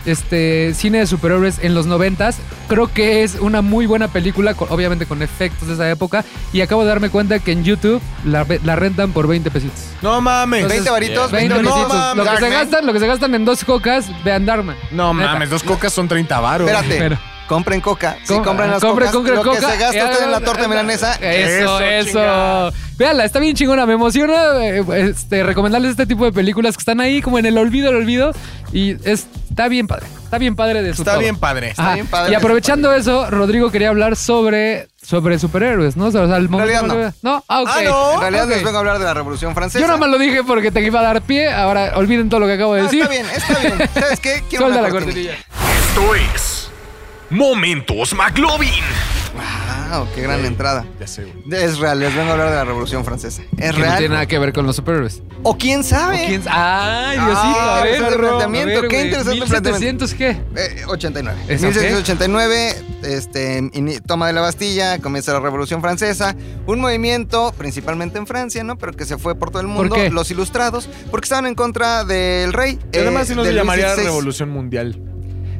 este cine de superhéroes en los noventas. Creo que es una muy buena película, con- obviamente con efectos de esa época. Y acabo de darme cuenta que en YouTube la, ve- la rentan por 20 pesitos.
No mames.
Entonces,
20 varitos,
20
No
pesitos.
mames,
lo, que se
Darkman.
gastan, lo que se gastan en dos cocas, vean Darman.
no
Neta.
mames, dos cocas son 30 varos.
Espérate.
Pero-
Compren coca. Si
Com-
compran las cocas,
compren- compren
lo que
coca, eh,
se gasta
y
usted en la
además-
torta milanesa.
eh,
Eso,
Eso, eso.
chingada.
Veanla, está bien chingona. Me emociona eh, este, recomendarles este tipo de películas que están ahí como en el olvido, el olvido. Y es- está bien padre. Está bien padre de su
Está
todo. Ah,
bien padre.
Ajá.
bien padre
Y
de
aprovechando eso, Rodrigo quería hablar sobre, sobre superhéroes, ¿no? O sea, el
realidad
momento- no. Ah, ok.
Ah, no.
En realidad
Ok.
les vengo a hablar de la Revolución Francesa.
Yo nada más lo dije porque te iba a dar pie. Ahora olviden todo lo que acabo de
Ah,
decir.
Está bien, está bien. ¿Sabes qué? Quiero
Suelta
una
la cortinilla.
Esto es Momentos McLovin.
Ah, Wow, qué
Eh,
gran entrada.
Ya sé, güey.
Es real, les vengo a hablar de la Revolución Francesa. Es
Que no
real.
tiene nada que ver con los superhéroes.
O quién sabe.
¿O quién- ¡Ay,
Ah,
Diosito! a ver,
interesante
perro.
planteamiento,
A ver,
qué
güey,
interesante
1700 qué?
Eh, 89.
¿Esa
1789, este, ini- toma de la Bastilla, comienza la Revolución Francesa, un movimiento principalmente en Francia, ¿no? Pero que se fue por todo el
¿Por
mundo,
qué?
los ilustrados, porque estaban en contra del rey.
Y además, si no se
del Luis
llamaría
XVI.
Revolución Mundial.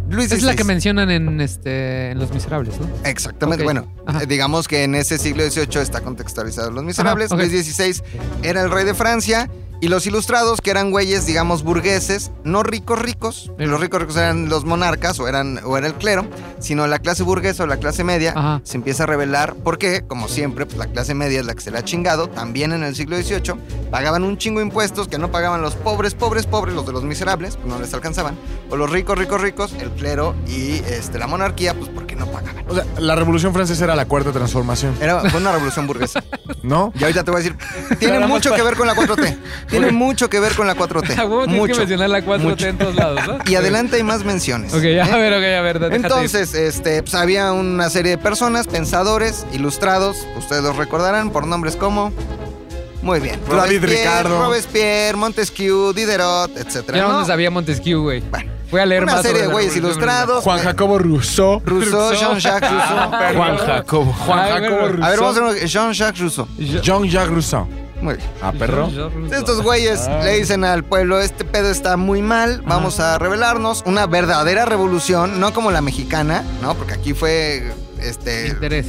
Luis
Es la que
XVI.
mencionan en, este, en Los Miserables, ¿no?
Exactamente,
Ok.
bueno,
Ajá.
eh, digamos que en ese siglo XVIII está contextualizado Los Miserables,
Ajá, ok.
Luis XVI era el rey de Francia y los ilustrados, que eran güeyes, digamos, burgueses, no ricos ricos,
Sí.
los ricos ricos eran los monarcas o, eran, o era el clero, sino la clase burguesa o la clase media
Ajá.
se empieza a rebelar porque, como siempre, pues, la clase media es la que se la ha chingado, también en el siglo XVIII pagaban un chingo de impuestos que no pagaban los pobres, pobres, pobres, los de los miserables, pues, no les alcanzaban, o los ricos, ricos, ricos, el clero y este, la monarquía, pues porque no pagaban.
O sea, la Revolución Francesa era la cuarta transformación,
Era, fue una revolución burguesa.
¿no?
Y ahorita te voy a decir, tiene mucho que ver con la 4T. Tiene mucho que ver con la 4T.
A huevo tienes que
mucho.
mencionar la 4T en todos lados, ¿no?
Y adelante hay más menciones.
Ok, ya, a ver, ok, a ver, déjate ir.
Entonces, este, pues, había una serie de personas, pensadores, ilustrados, ustedes los recordarán por nombres como... Muy bien.
David
Robespierre,
Ricardo.
Robespierre, Montesquieu, Diderot, etc.
Yo no sabía Montesquieu, güey. Voy a leer
Una
más
serie
sobre
de
la
güeyes
Revolución
ilustrados. eh,
Juan Jacobo Rousseau.
Rousseau, Jean-Jacques Rousseau.
Juan Jacobo.
Juan
Ay,
Jacobo
bueno.
Rousseau.
A ver, vamos a ver Jean-Jacques Rousseau.
Jean-Jacques Rousseau.
Muy bien.
Ah, perro.
Francesa.
Estos güeyes le dicen al pueblo, este pedo está muy mal, vamos a rebelarnos. Una verdadera revolución, no como la mexicana, ¿no? Porque aquí fue este,
Interés.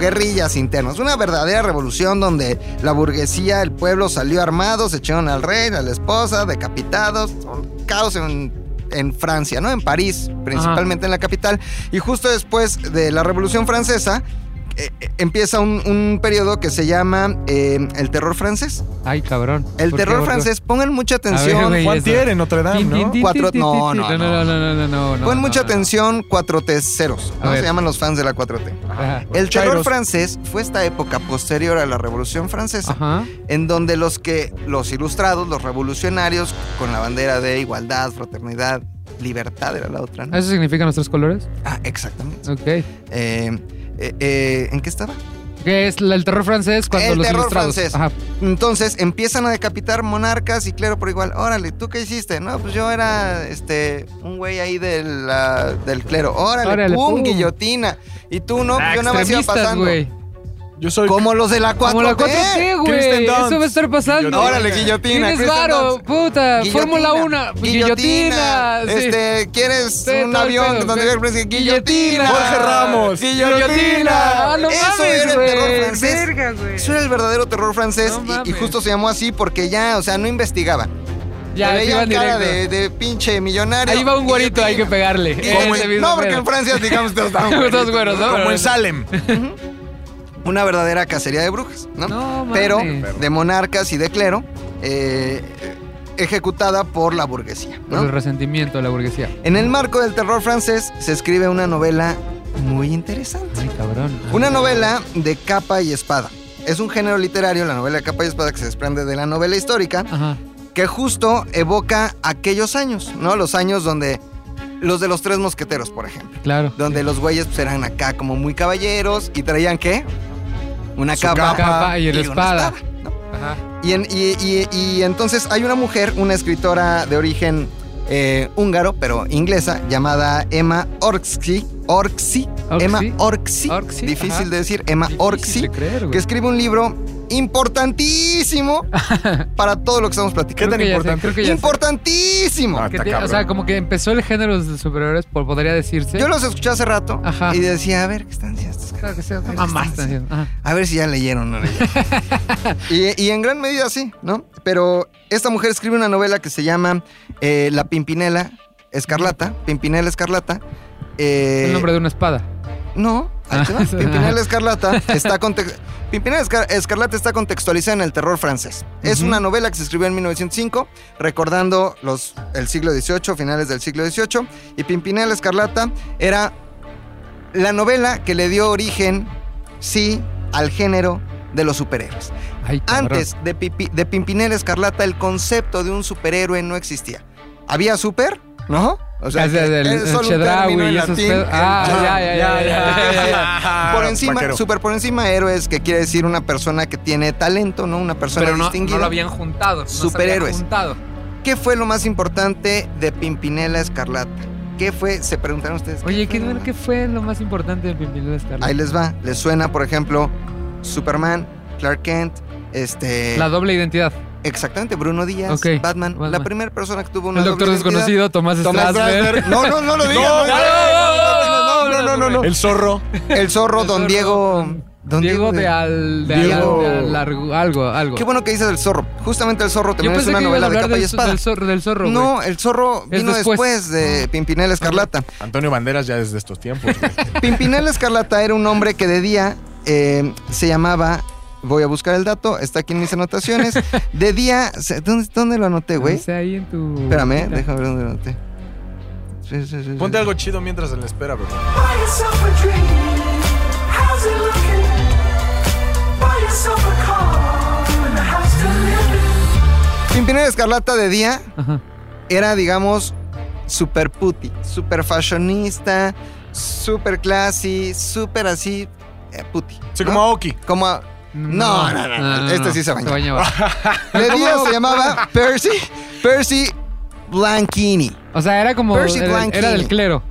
guerrillas internas. Una verdadera revolución donde la burguesía, el pueblo salió armado, se echaron al rey, a la esposa, decapitados. Un caos en, en Francia, ¿no? En París, principalmente en la capital. Y justo después de la Revolución Francesa... eh, eh, empieza un, un periodo que se llama eh, el terror francés.
Ay, cabrón.
El
¿Por qué,
terror
por qué?
francés, pongan mucha
A ver,
atención.
güey,
Juan
eso.
Thier en Notre Dame,
Tin, tin,
¿no?
tin,
Cuatro-
tin, tin,
no,
tin,
no,
tin.
no.
No, no, no, no, no.
Pon
no,
mucha
no, no.
atención, 4T ceros.
A
¿no? Se
ver.
llaman los fans de la 4T.
Ajá.
El terror
Chairos.
francés fue esta época posterior a la Revolución Francesa,
Ajá.
en donde los que, los ilustrados, los revolucionarios, con la bandera de igualdad, fraternidad, libertad era la otra, ¿no?
¿Eso significa nuestros colores?
Ah, exactamente.
Ok.
Eh, eh, eh, ¿En qué estaba?
¿Qué es la- el terror francés cuando
El
los
terror
ilustrados?
francés.
Ajá.
Entonces empiezan a decapitar monarcas y clero por igual. Órale, ¿tú qué hiciste? No, pues yo era este un güey ahí de la- del clero. Órale,
Órale,
pum,
pum.
guillotina. Y tú no, pues
Ah,
yo nada más iba
extremistas,
pasando.
güey.
Yo soy.
Como los de la 4T.
Como la 4T,
Kristen
güey.
Dunst.
Eso va a estar pasando.
Órale, guillotina.
Tienes
Kristen
varo,
Dunst.
puta.
Guillotina,
Fórmula 1. Guillotina. sí.
Este, ¿quieres
Sí,
un
todo el
avión
pedo,
donde
sí.
diga el presidente? Guillotina.
Guillotina. Jorge
Ramos.
Guillotina.
Ah, no
Eso
mames,
era el
güey.
terror francés.
Verga, güey.
Eso era el verdadero terror francés
No
y- y,
mames.
justo se llamó así porque ya, o sea, no investigaban.
Ya,
Te
ahí
veían
iban
cara de,
directo.
de pinche millonario.
Ahí va un güerito, hay que
Guillotina.
pegarle.
Como
Ese
en-
mismo
no, porque
pedo.
en Francia, digamos, todos estaban güeritos.
Todos güeros, ¿no?
Como en Salem.
Una verdadera cacería de brujas, ¿no?
No, mames.
Pero de monarcas y de clero, eh, ejecutada por la burguesía,
Por el
¿no?
resentimiento de la burguesía.
En el marco del terror francés se escribe una novela muy interesante.
Ay, cabrón.
Una novela de capa y espada. Es un género literario, la novela de capa y espada, que se desprende de la novela histórica,
Ajá.
que justo evoca aquellos años, ¿no? Los años donde los de los tres mosqueteros, por ejemplo.
Claro.
donde los güeyes pues, eran acá como muy caballeros y traían qué? Una
Su
capa,
capa y la
una
espada.
¿no?
Ajá.
Y, en- y- y- y entonces hay una mujer, una escritora de origen eh, húngaro, pero inglesa, llamada Emma Orksi. Orksi.
Orczy.
Emma Orksi.
Orczy,
Difícil
ajá.
de decir, Emma
Difícil
Orksi.
de creer, güey.
Que escribe un libro importantísimo para todo lo que estamos
Creo
platicando.
que ya sé, creo que ya sé.
importantísimo.
Ah,
Que
está
te- o sea,
cabrón.
como que empezó el género de superhéroes, por- podría decirse.
Yo los escuché hace rato
Ajá.
y decía, a ver, ¿qué están haciendo estos
Claro que sea,
Ay,
mamá,
está-
está diciendo. Ajá.
A ver si ya leyeron o no leyeron. y, y en gran medida sí, ¿no? Pero esta mujer escribe una novela que se llama eh, La Pimpinela Escarlata. Pimpinela Escarlata. Eh,
El nombre de una espada.
No, ahí te va.
Ah.
Pimpinela Escarlata está contex- Pimpinela Escar- Escarlata está contextualizada en el terror francés. Es
Ujú.
una novela que se escribió en 1905, recordando los, el siglo XVIII, finales del siglo XVIII. Y Pimpinela Escarlata era la novela que le dio origen, sí, al género de los superhéroes.
Ay, cabrón.
Antes de, Pipi- de Pimpinela Escarlata, el concepto de un superhéroe no existía. Había super, ¿no? O sea,
Ah,
que
del-
es
el
solo un
Chedraui
término en
y esos
latín.
pedos. Ah,
Ajá.
ya, ya, ya, ya, ya, ya.
Por encima,
Vaquero.
super por encima héroes, que quiere decir una persona que tiene talento, ¿no? Una persona
Pero no,
distinguida.
no lo habían juntado. no se habían
Superhéroes.
juntado.
¿Qué fue lo más importante de Pimpinela Escarlata? ¿Qué fue? Se preguntaron ustedes. fue
Oye, ¿qué,
lo
bueno,
más-
¿qué fue lo más importante de Pimpinela Escarlata?
Ahí les va. Les suena, por ejemplo, Superman, Clark Kent, este.
La doble identidad.
Exactamente, Bruno Díaz,
Ok,
Batman, La
Batman.
primera persona que tuvo una.
El doctor
doble identidad.
desconocido, Tomás
Tomás
Strasberg.
Strasberg. No, no, no lo digas.
No,
no, no, no, no, no, no, no, no.
El zorro.
El zorro,
El
don
zorro,
Diego. Don
Diego de al... De al-
Diego.
de al- algo, algo, algo.
Qué bueno que dices del zorro. Justamente el zorro
Yo
también es
pensé
una
que iban a
novela de
hablar
capa y
del,
espada.
del zorro, del zorro, güey.
No, el zorro
Es
vino después.
después.
de Pimpinela Escarlata.
Antonio Banderas ya desde estos tiempos. güey.
Pimpinela Escarlata era un hombre que de día eh, se llamaba. Voy a buscar el dato, está aquí en mis anotaciones. De día. se- ¿Dónde, dónde lo anoté, güey?
Está ahí en tu...
Espérame, eh,
Mira.
déjame ver dónde lo anoté. Sí, sí, sí, sí.
Ponte algo chido mientras en la espera, bro.
Buy yourself a drink. How's it looking? Buy yourself a car and a house to live in.
Pimpinela Escarlata de día
Ajá.
era, digamos, super puti, super fashionista, super classy, super así, eh, puti.
Sí,
¿no?
como Aoki.
Como a- No, no, no, no,
Ah,
este sí se bañó. De día se llamaba Percy, Percy Blanchini.
O sea, era como...
Percy
era,
Blanchini.
era del clero.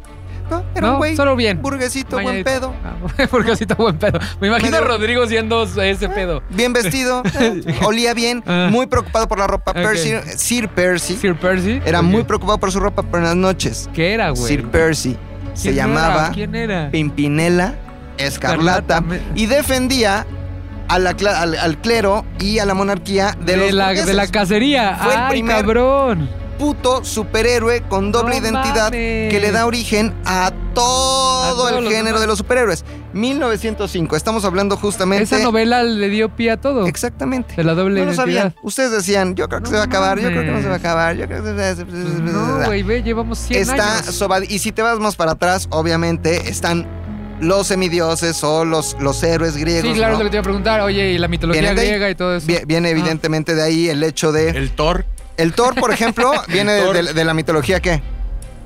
No, era un
No,
güey
solo bien.
burguesito, buen
Bañadito.
pedo.
Ah, Porque así está buen pedo. Me imagino
Medio- Eh.
a Rodrigo siendo ese pedo.
Bien vestido, eh, olía bien,
Ah.
muy preocupado por la ropa.
Ok.
Percy, Sir Percy
Sir Percy.
era
Ok.
muy preocupado por su ropa, pero en las noches,
¿Qué era, güey?
Sir Percy se
¿Quién era?
llamaba
¿Quién era?
Pimpinela Escarlata
Escarlata.
y defendía a la cla- al, al clero y a la monarquía de,
De,
los
la,
burgueses.
de la cacería.
Fue el
Ay,
primer-
cabrón.
puto superhéroe con doble
No
identidad
mames.
que le da origen a
A
todo
todos
el
los
género
demás.
de los superhéroes. 1905, estamos hablando justamente
Esa novela le dio pie a todo.
Exactamente.
De la doble
No lo sabían.
identidad.
Ustedes decían, yo creo que
No
se va a acabar, yo creo que no se va a
mames.
acabar, yo creo que se-
Pues no, güey, ve, llevamos 100
está
años.
sobad- Y si te vas más para atrás, obviamente están los semidioses o los, los héroes griegos.
Sí, claro,
¿no?
es lo que te iba a preguntar. Oye, y la mitología
Vienen de ahí.
griega y todo eso.
Vie- Viene evidentemente de ahí el hecho de...
El Thor.
El Thor, por ejemplo, viene de, de- de la mitología ¿qué?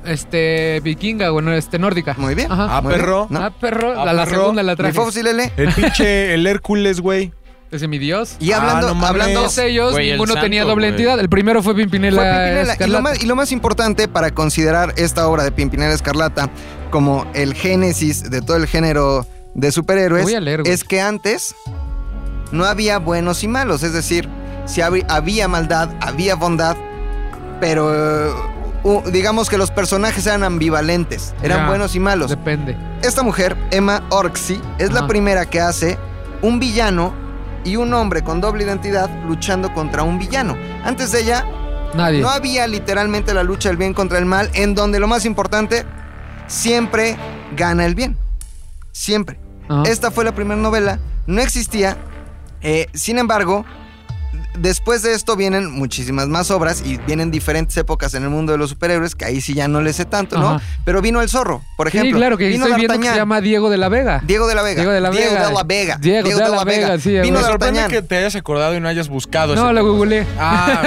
Este, vikinga, bueno, este, nórdica.
Muy bien.
Ajá.
Ah,
Muy bien,
perro.
¿no?
Ah, perro,
Ah,
la, la
perro.
segunda la
Mi
traje.
Fofo Silele.
El pinche, el Hércules, güey.
Ese mi dios.
Y
Ah,
hablando,
no mames.
hablando
Todos ellos,
Güey, el
ninguno
santo,
tenía doble
güey.
entidad. El primero fue Pimpinela,
Fue Pimpinela. Y lo,
Escarlata.
más, y lo más importante para considerar esta obra de Pimpinela Escarlata como el génesis de todo el género de superhéroes
Lo voy a leer, güey.
es que antes no había buenos y malos. Es decir, si había, había maldad, había bondad, pero eh, u- digamos que los personajes eran ambivalentes, eran
Ya.
buenos y malos.
Depende.
Esta mujer, Emma Orxy, es la
Ajá.
primera que hace un villano y un hombre con doble identidad luchando contra un villano. Antes de ella,
Nadie.
no había literalmente la lucha del bien contra el mal, en donde lo más importante, siempre gana el bien. Siempre.
Ajá.
Esta fue la primera novela, no existía. eh, sin embargo, después de esto vienen muchísimas más obras y vienen diferentes épocas en el mundo de los superhéroes, que ahí sí ya no le sé tanto, ¿no?
Ajá.
Pero vino el zorro, por ejemplo.
sí, claro, que
vino
estoy viendo que se
D'Artagnan.
llama Diego de la Vega.
Diego de la Vega.
Diego de la Vega.
de la Vega.
Diego de la Vega, sí, a
Vino
Me
huevo.
sorprende
D'Artagnan.
que te hayas acordado y no hayas buscado
No,
ese
lo
tema.
googleé.
Ah,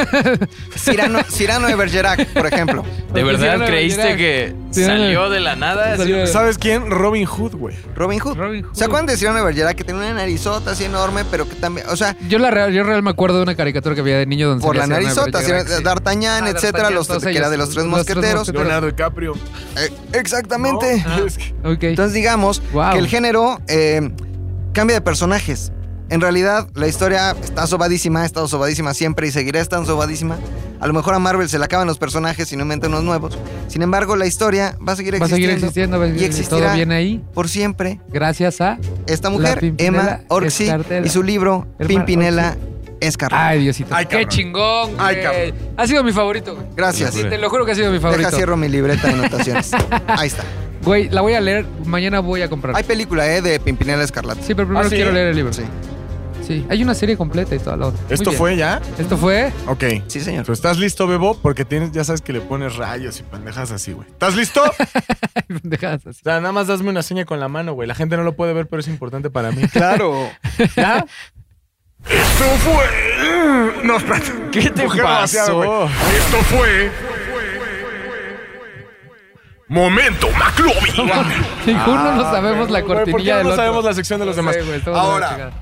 Cyrano, Cyrano de Bergerac, por ejemplo.
¿De
Porque si no,
verdad
no,
creíste
mira,
que
si no, no.
salió de la nada?
Salió de-
¿sabes quién? Robin Hood, güey.
Robin Hood.
Robin Hood.
¿Se acuerdan de Cyrano de Bergerac? Que tenía una narizota así enorme, pero que también... O sea,
Yo, la real, yo real me acuerdo de una caricatura que había de niño donde
por la
salía Cyrano de
narizota.
Bergerac,
Cyrano-
sí.
D'Artagnan,
Ah,
etcétera,
D'Artagnan,
los,
todos
que era
ellos.
de los tres
Los tres
mosqueteros.
mosqueteros.
Leonardo DiCaprio.
Eh, exactamente.
¿No?
Ok.
Entonces digamos
Wow.
que el género eh, cambia de personajes. En realidad, la historia está sobadísima, ha estado sobadísima siempre y seguirá estando sobadísima. A lo mejor a Marvel se le acaban los personajes y no inventan unos nuevos. Sin embargo, la historia va a seguir
va a seguir
existiendo,
existiendo. va a seguir-
y existirá
Todo bien ahí.
por siempre.
Gracias a...
Esta
La
mujer,
Pimpinela
Emma Orxy,
Escartela.
y su libro
Hermana
Pimpinela Escarlata.
Ay, Diosito.
Ay,
qué
cabrón.
chingón,
Ay,
güey.
cabrón.
Ha sido mi favorito, güey.
Gracias.
Sí, te lo juro que ha sido mi
Deja
favorito.
cierro mi libreta de anotaciones. Ahí está.
Güey, la voy a leer. Mañana voy a comprar.
Hay película, ¿eh? De Pimpinela Escarlata.
Sí, pero primero
¿Ah, sí?
quiero leer el libro.
Sí. eh.
Sí, hay una serie completa y toda la otra. Ah, Muy
¿Esto
bien.
fue ya?
Esto fue.
Ok.
Sí, señor.
¿Tú
Pues,
estás listo, Bebo? Porque tienes, ya sabes que le pones rayos y pendejas así, güey. ¿Estás listo? O
Pendejadas así.
sea, nada más dasme una seña con la mano, güey. La gente no lo puede ver, pero es importante para mí.
Claro.
¿Ya?
Esto fue. No, espérate.
¿Qué te
Mujer demasiado,
pasó?
güey.
Esto fue. Momento, McLovin.
Ninguno no sabemos la
Ah, Güey, ¿Por qué
cortinilla
no
del otro.
sabemos la sección de los demás?
Sí, güey, estamos de la
Ahora,
chingada.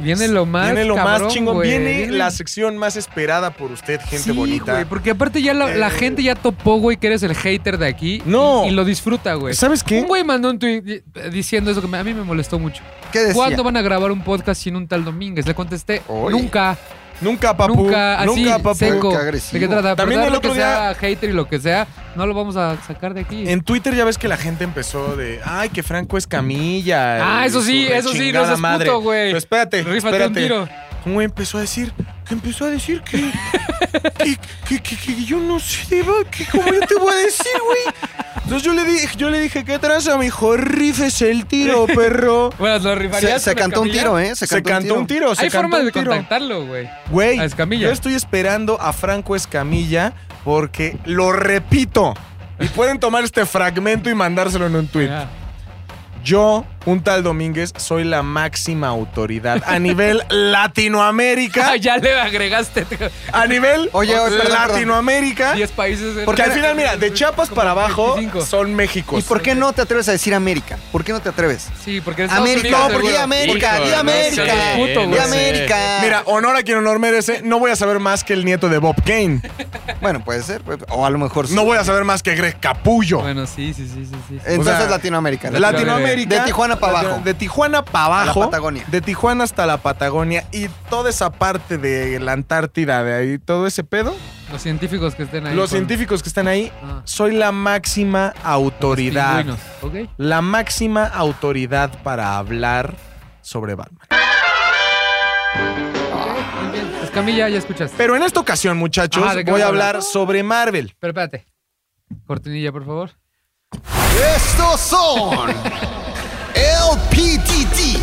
Viene lo más
viene lo
cabrón,
más chingón.
güey.
Viene la sección más esperada por usted, gente
Sí,
bonita.
güey, porque aparte ya la,
Eh.
la gente ya topó, güey, que eres el hater de aquí.
No.
Y, y lo disfruta, güey.
¿Sabes qué?
Un güey mandó un tweet di- diciendo eso que me- a mí me molestó mucho.
¿Qué decía?
¿Cuándo van a grabar un podcast sin un tal Domínguez? Le contesté,
Oye.
nunca,
Nunca, papu.
nunca, así,
papu.
seco.
Qué
¿De
agresivo.
qué
También
trata? También
el otro
lo que
día-
sea hater y lo que sea, no lo vamos a sacar de aquí.
En Twitter ya ves que la gente empezó de, ay, que Franco es camilla.
Ah, eso sí, eso sí, no seas puto, güey.
Pero espérate,
Rífate un
espérate.
tiro.
Un güey empezó a decir, que empezó a decir que, que, que, que- que yo no sé, Deba, que cómo yo te voy a decir, güey. Entonces yo le dije, yo le dije, ¿qué traza, mijo? Rifes el tiro, perro.
Bueno, lo rifarías
Se, se
con
cantó un
Escamilla?
tiro, ¿eh? Se
Se
cantó,
cantó un tiro, se
Hay
cantó
forma
un
de
tiro.
contactarlo, güey.
Güey,
A Escamilla.
yo estoy esperando a Franco Escamilla porque lo repito. Y pueden tomar este fragmento y mandárselo en un tweet.
Ya.
Yo, un tal Domínguez, soy la máxima autoridad a nivel Latinoamérica.
Ah, ya le agregaste
A nivel
Oye, oye, perdón, perdón.
Latinoamérica.
10 países.
Ah, Porque al final, mira, de Chiapas para abajo
25.
son México.
¿Y por qué no te atreves a decir América? ¿Por qué no te atreves?
Pues Sí, porque eres
América, no, porque
seguro.
di América,
Hijo,
di
no
América,
sé,
puto,
no
di
güey.
sé.
América.
Mira, honor a quien honor merece, no voy a saber más que el nieto de Bob Kane.
Bueno, puede ser. pues, O a lo mejor sí.
No voy a saber más que Greg Capullo.
Bueno, sí, sí, sí, sí. sí.
Entonces
o sea,
Latinoamérica.
Latinoamérica.
De Tijuana para abajo.
De, de Tijuana para abajo.
A la Patagonia.
De Tijuana hasta la Patagonia. Y toda esa parte de la Antártida, de ahí, todo ese pedo.
Los científicos que estén ahí.
los
con-
científicos que están ahí,
Ah.
soy la máxima autoridad.
Pingüinos, ¿ok?
La máxima autoridad para hablar sobre Batman.
Muy bien. Escamilla, ya escuchaste.
Pero en esta ocasión, muchachos,
Ajá, ¿de qué
voy a
vamos a
hablar sobre Marvel.
Pero espérate. Cortinilla, por favor.
Estos son LPTT.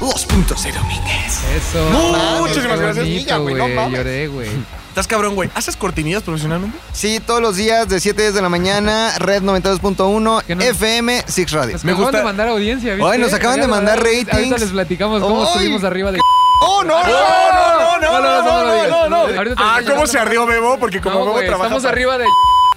Los puntos de Domínguez.
Eso.
No,
Ay,
muchísimas
qué
gracias.
bonito,
Mira, güey, no
güey.
mames.
Lloré, güey.
Estás cabrón, güey. ¿Haces cortinillas profesionalmente?
Sí, todos los días de 7 a 10 de la mañana, Red 92.1,
¿Qué no?
FM, Six Radio.
Nos acaban
gusta-
de mandar audiencia, ¿viste?
Ay, nos acaban de
Ahorita-
mandar
Ahorita
ratings.
les platicamos cómo
Ay.
estuvimos arriba de...
¡Oh, no, no!
no,
Ah, no, no, no, no, no, no. Ahorita te-
Ah, ¿cómo se ardió Bebo? Porque como
No,
Bebo
güey,
trabaja...
estamos
para-
arriba de...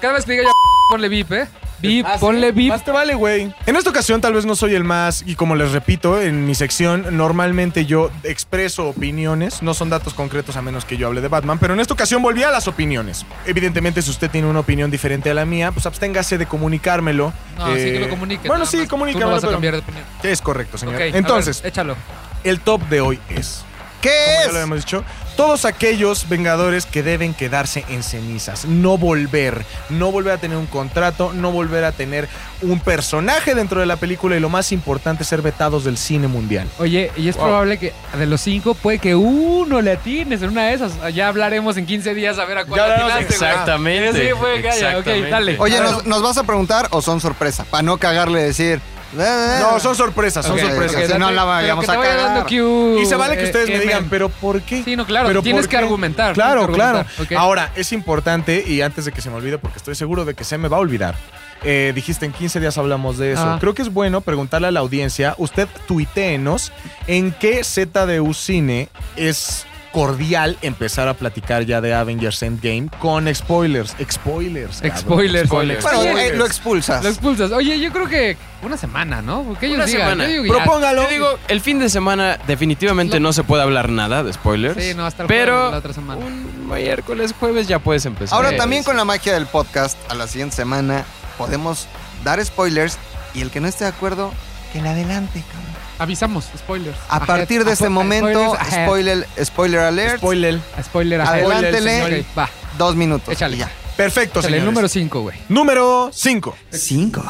Cada vez que diga ya... Ponle VIP, ¿eh? VIP,
Ah, sí.
ponle VIP.
Más te vale, güey. En esta ocasión tal vez no soy el más, y como les repito, en mi sección normalmente yo expreso opiniones, no son datos concretos a menos que yo hable de Batman, pero en esta ocasión volví a las opiniones. Evidentemente si usted tiene una opinión diferente a la mía, pues absténgase de comunicármelo.
No, sí
Eh,
que lo comuniquen.
Bueno,
nada
sí,
más.
comunícamelo.
Tú no vas a
pero-
cambiar de opinión.
Es correcto, señor.
Ok, a ver,
Entonces,
échalo.
el top de hoy es...
¿Qué
como
es?
ya lo hemos dicho, todos aquellos vengadores que deben quedarse en cenizas, no volver, no volver a tener un contrato, no volver a tener un personaje dentro de la película y lo más importante, ser vetados del cine mundial.
Oye, y es probable que de los cinco puede que uno le atines en una de esas. Ya hablaremos en 15 días a ver a cuál
Ya
le
hablaremos,
atinaste. güey.
Exactamente.
Sí, fue, calla, ok,
exactamente.
dale.
Oye, ¿nos, nos vas a preguntar o son sorpresa? Para no cagarle y decir...
No, son sorpresas, son
Ah. Ok,
sorpresas.
ok,
Si no, la vayamos
pero que te
a
vaya dando
cagar.
cue,
Y se vale que
eh,
ustedes me
M.
digan, pero ¿por qué?
Sí, no, claro,
¿Pero
tienes
por
que
qué?
argumentar,
Claro,
tienes que
claro.
argumentar, ok.
Ahora, es importante, y antes de que se me olvide, porque estoy seguro de que se me va a olvidar, eh, dijiste en 15 días hablamos de eso.
Ah.
Creo que es bueno preguntarle a la audiencia, usted tuiteenos, ¿en qué ZDU Cine es cordial empezar a platicar ya de Avengers Endgame con spoilers? Spoilers. cabrón,
Spoilers.
Bueno,
Sí,
eh, lo expulsas.
Lo expulsas. Oye, yo creo que una semana, ¿no? Porque ellos
Una
digan.
semana.
yo digo ya.
Propóngalo.
Yo digo, el fin de semana definitivamente no se puede hablar nada de spoilers.
Sí, no, hasta el
Pero
jueves, la otra semana.
un miércoles, jueves ya puedes empezar.
Ahora también con la magia del podcast, a la siguiente semana podemos dar spoilers y el que no esté de acuerdo, que le adelante. cabrón.
Avisamos, spoilers.
A partir de este momento, spoiler, spoiler alert,
Spoiler.
Spoiler. ahead.
Adelántele.
Spoiler, ok, Va,
dos minutos.
Échale.
y ya.
Perfecto,
échale,
señores.
el número 5, güey.
Número 5.
Cinco.